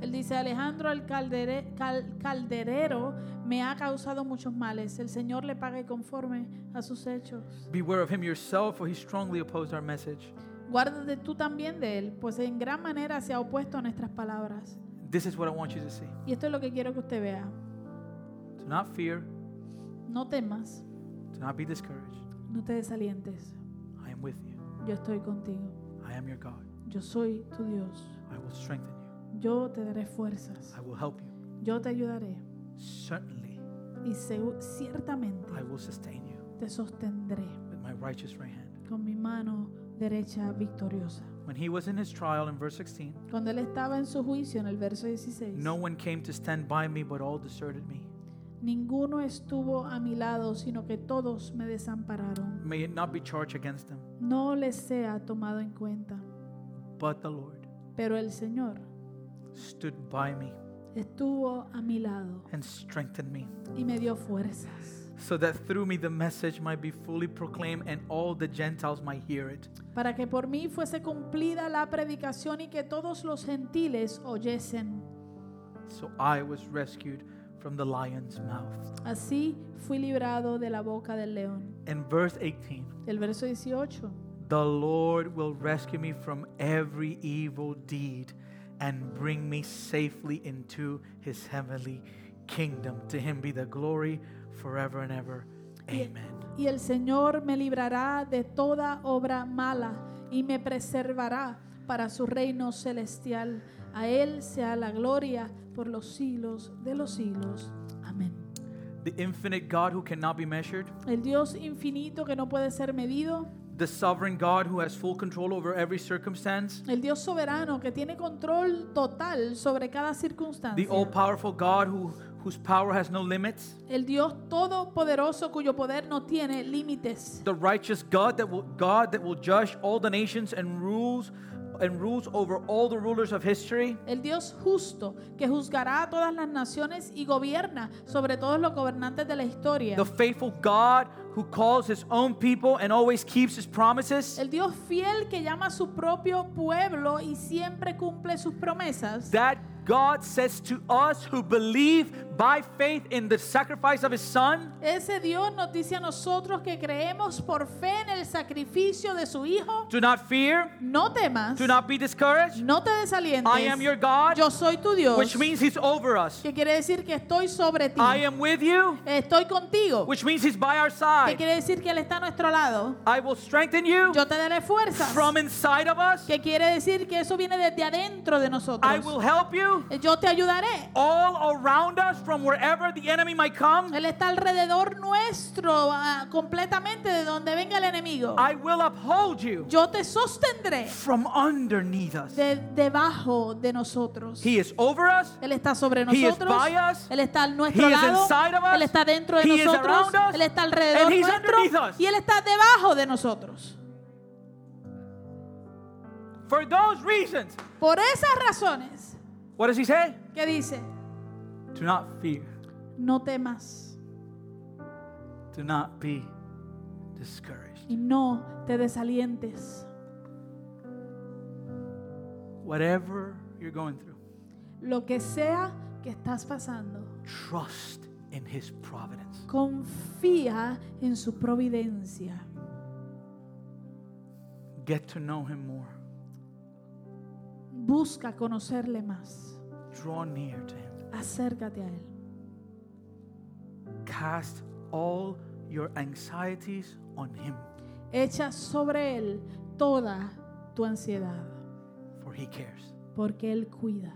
B: Él dice, Alejandro el caldere- cal- calderero me ha causado muchos males. El Señor le pague conforme a sus hechos.
A: Beware of him yourself, for he strongly opposed our message.
B: Guárdate tú también de él, pues en gran manera se ha opuesto a nuestras palabras.
A: This is what I want you to see.
B: Y esto es lo que quiero que usted vea.
A: Do not fear.
B: No temas,
A: Do not be discouraged.
B: no te desalientes.
A: I am with you.
B: Yo estoy contigo.
A: I am your God.
B: Yo soy tu Dios.
A: I will strengthen you.
B: Yo te daré fuerzas.
A: I will help you.
B: Yo te ayudaré.
A: Certainly,
B: Y seu- ciertamente
A: I will sustain you
B: te sostendré
A: with my righteous right hand.
B: con mi mano derecha victoriosa.
A: When he was in his trial in verse 16,
B: Cuando él estaba en su juicio en el verso 16,
A: no one came to stand by me, but all deserted me.
B: ninguno estuvo a mi lado, sino que todos me desampararon.
A: May it not be charged against them,
B: No les sea tomado en cuenta,
A: but the Lord
B: pero el Señor
A: stood by me
B: estuvo a mi lado
A: and strengthened me,
B: y me dio fuerzas
A: so that through me the message might be fully proclaimed and all the Gentiles might hear it.
B: para que por mí fuese cumplida la predicación y que todos los gentiles oyesen.
A: So I was rescued from the lion's mouth.
B: Así fui librado de la boca del león.
A: In verse 18,
B: El verso 18.
A: the Lord will rescue me from every evil deed and bring me safely into his heavenly kingdom. To him be the glory forever and ever. Amen.
B: Y el Señor me librará de toda obra mala y me preservará para su reino celestial. A Él sea la gloria por los siglos de los siglos. Amén.
A: The infinite God who cannot be measured,
B: El Dios infinito que no puede ser medido,
A: the sovereign God who has full control over every circumstance,
B: el Dios soberano que tiene control total sobre cada
A: the all
B: circunstancia,
A: powerful God who, whose power has no limits,
B: el Dios todopoderoso cuyo poder no tiene límites,
A: the righteous God that will God that will judge all the nations and rules and rules over all the rulers of history.
B: el Dios justo que juzgará a todas las naciones y gobierna sobre todos los gobernantes de la historia.
A: The faithful God who calls his own people and always keeps his promises.
B: El Dios fiel que llama a su propio pueblo y siempre cumple sus promesas.
A: That God says to us who believe by faith in the sacrifice of his son,
B: Ese Dios nos dice a nosotros que creemos por fe en el sacrificio de su Hijo.
A: do not fear,
B: No temas,
A: do not be discouraged,
B: no te desalientes.
A: I am your God,
B: Yo soy tu Dios.
A: which means he's over us.
B: que quiere decir que estoy sobre ti.
A: I am with you,
B: Estoy contigo.
A: which means he's by our
B: que
A: side.
B: quiere decir que Él está a nuestro lado.
A: I will strengthen you
B: Yo te daré fuerzas.
A: from inside of us.
B: que quiere decir que eso viene desde adentro de nosotros.
A: I will help you
B: Yo te ayudaré.
A: all around us from wherever the enemy might come.
B: Él está alrededor nuestro ah, completamente de donde venga el enemigo.
A: I will uphold you
B: Yo te sostendré
A: from underneath us.
B: de debajo de nosotros.
A: He is over us.
B: Él está sobre
A: He is
B: nosotros.
A: by us.
B: Él está a nuestro
A: He is
B: lado.
A: inside of us.
B: Él está dentro de
A: He is
B: nosotros.
A: around us.
B: Él está alrededor
A: And he's
B: nuestro.
A: underneath us.
B: Y Él está debajo de nosotros.
A: For those reasons,
B: Por esas razones
A: what does he say?
B: que dice,
A: Do not fear.
B: no temas
A: Do not be discouraged.
B: y no te desalientes.
A: Whatever you're going through,
B: Lo que sea que estás pasando,
A: trust in his providence.
B: confía en su providencia.
A: Get to know him more.
B: Busca conocerle más.
A: Draw near to him.
B: Acércate a Él.
A: Cast all your anxieties on him,
B: Echa sobre Él toda tu ansiedad,
A: for he cares.
B: porque Él cuida.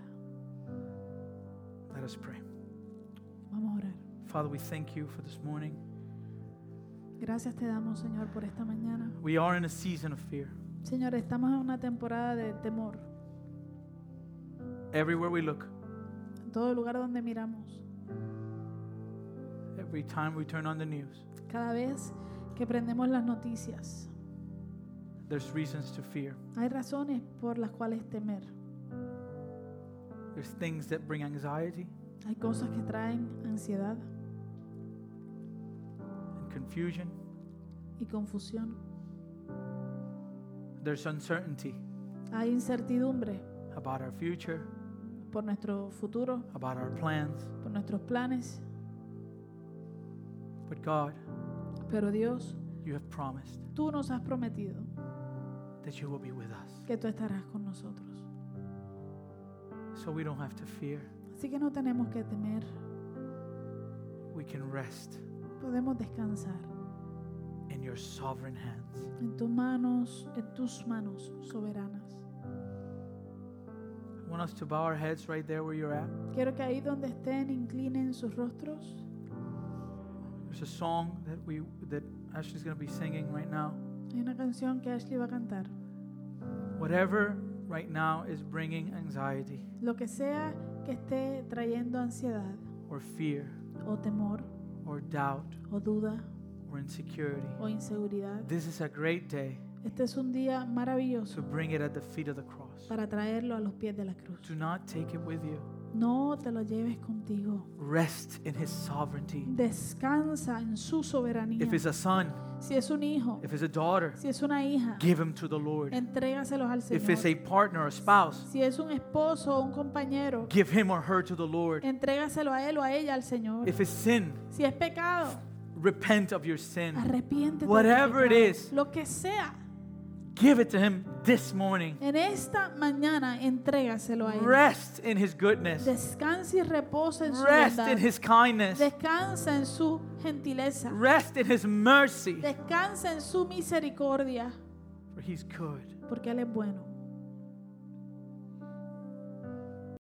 A: Let us pray.
B: Vamos a orar.
A: Father, we thank you for this morning.
B: Gracias te damos, Señor, por esta mañana.
A: We are in a season of fear.
B: Señor, estamos en una temporada de temor.
A: Everywhere we look,
B: En todo lugar donde miramos,
A: every time we turn on the news,
B: cada vez que prendemos las noticias,
A: there's reasons to fear.
B: hay razones por las cuales temer.
A: There's things that bring anxiety
B: Hay cosas que traen ansiedad
A: and confusion.
B: y confusión.
A: There's uncertainty
B: Hay incertidumbre
A: about our future,
B: por nuestro futuro,
A: about our plans.
B: por nuestros planes,
A: But God,
B: pero Dios,
A: you have promised
B: tú nos has prometido
A: that you will be with us.
B: que tú estarás con nosotros.
A: So we don't have to fear.
B: Así que no tenemos que temer.
A: we can rest
B: podemos descansar
A: in your sovereign hands.
B: en tus manos, en tus manos soberanas.
A: I want us to bow our heads right there where you're at.
B: Quiero que ahí donde estén inclinen sus rostros.
A: There's a song that we that Ashley's going to be singing right now.
B: Hay una canción que Ashley va a cantar.
A: Whatever right now is bringing anxiety
B: Lo que sea que esté trayendo ansiedad
A: or fear
B: o temor
A: or doubt
B: o duda
A: or insecurity,
B: o inseguridad,
A: this is a great day
B: este es un día maravilloso
A: to bring it at the feet of the cross.
B: para traerlo a los pies de la cruz.
A: Do not take it with you.
B: No te lo lleves contigo.
A: Rest in his sovereignty.
B: Descansa en su soberanía.
A: If it's a son,
B: Si es un hijo,
A: if it's a daughter,
B: si es una hija,
A: give him to the Lord.
B: entrégaselos al
A: If it's
B: Señor.
A: a partner or spouse,
B: Si es un esposo o un compañero,
A: give him or her to the Lord.
B: entrégaselo a él o a ella al Señor.
A: If it's sin,
B: Si es pecado,
A: repent of your sin.
B: arrepiéntete. del
A: Whatever it
B: pecado.
A: is.
B: Lo que sea,
A: Give it to him this morning.
B: en esta mañana entrégaselo a él.
A: Rest in his goodness.
B: Descansa y reposa en su
A: Rest
B: bondad.
A: in his kindness.
B: Descansa en su gentileza.
A: Rest in his mercy.
B: Descansa en su misericordia,
A: For he's good.
B: porque él es bueno.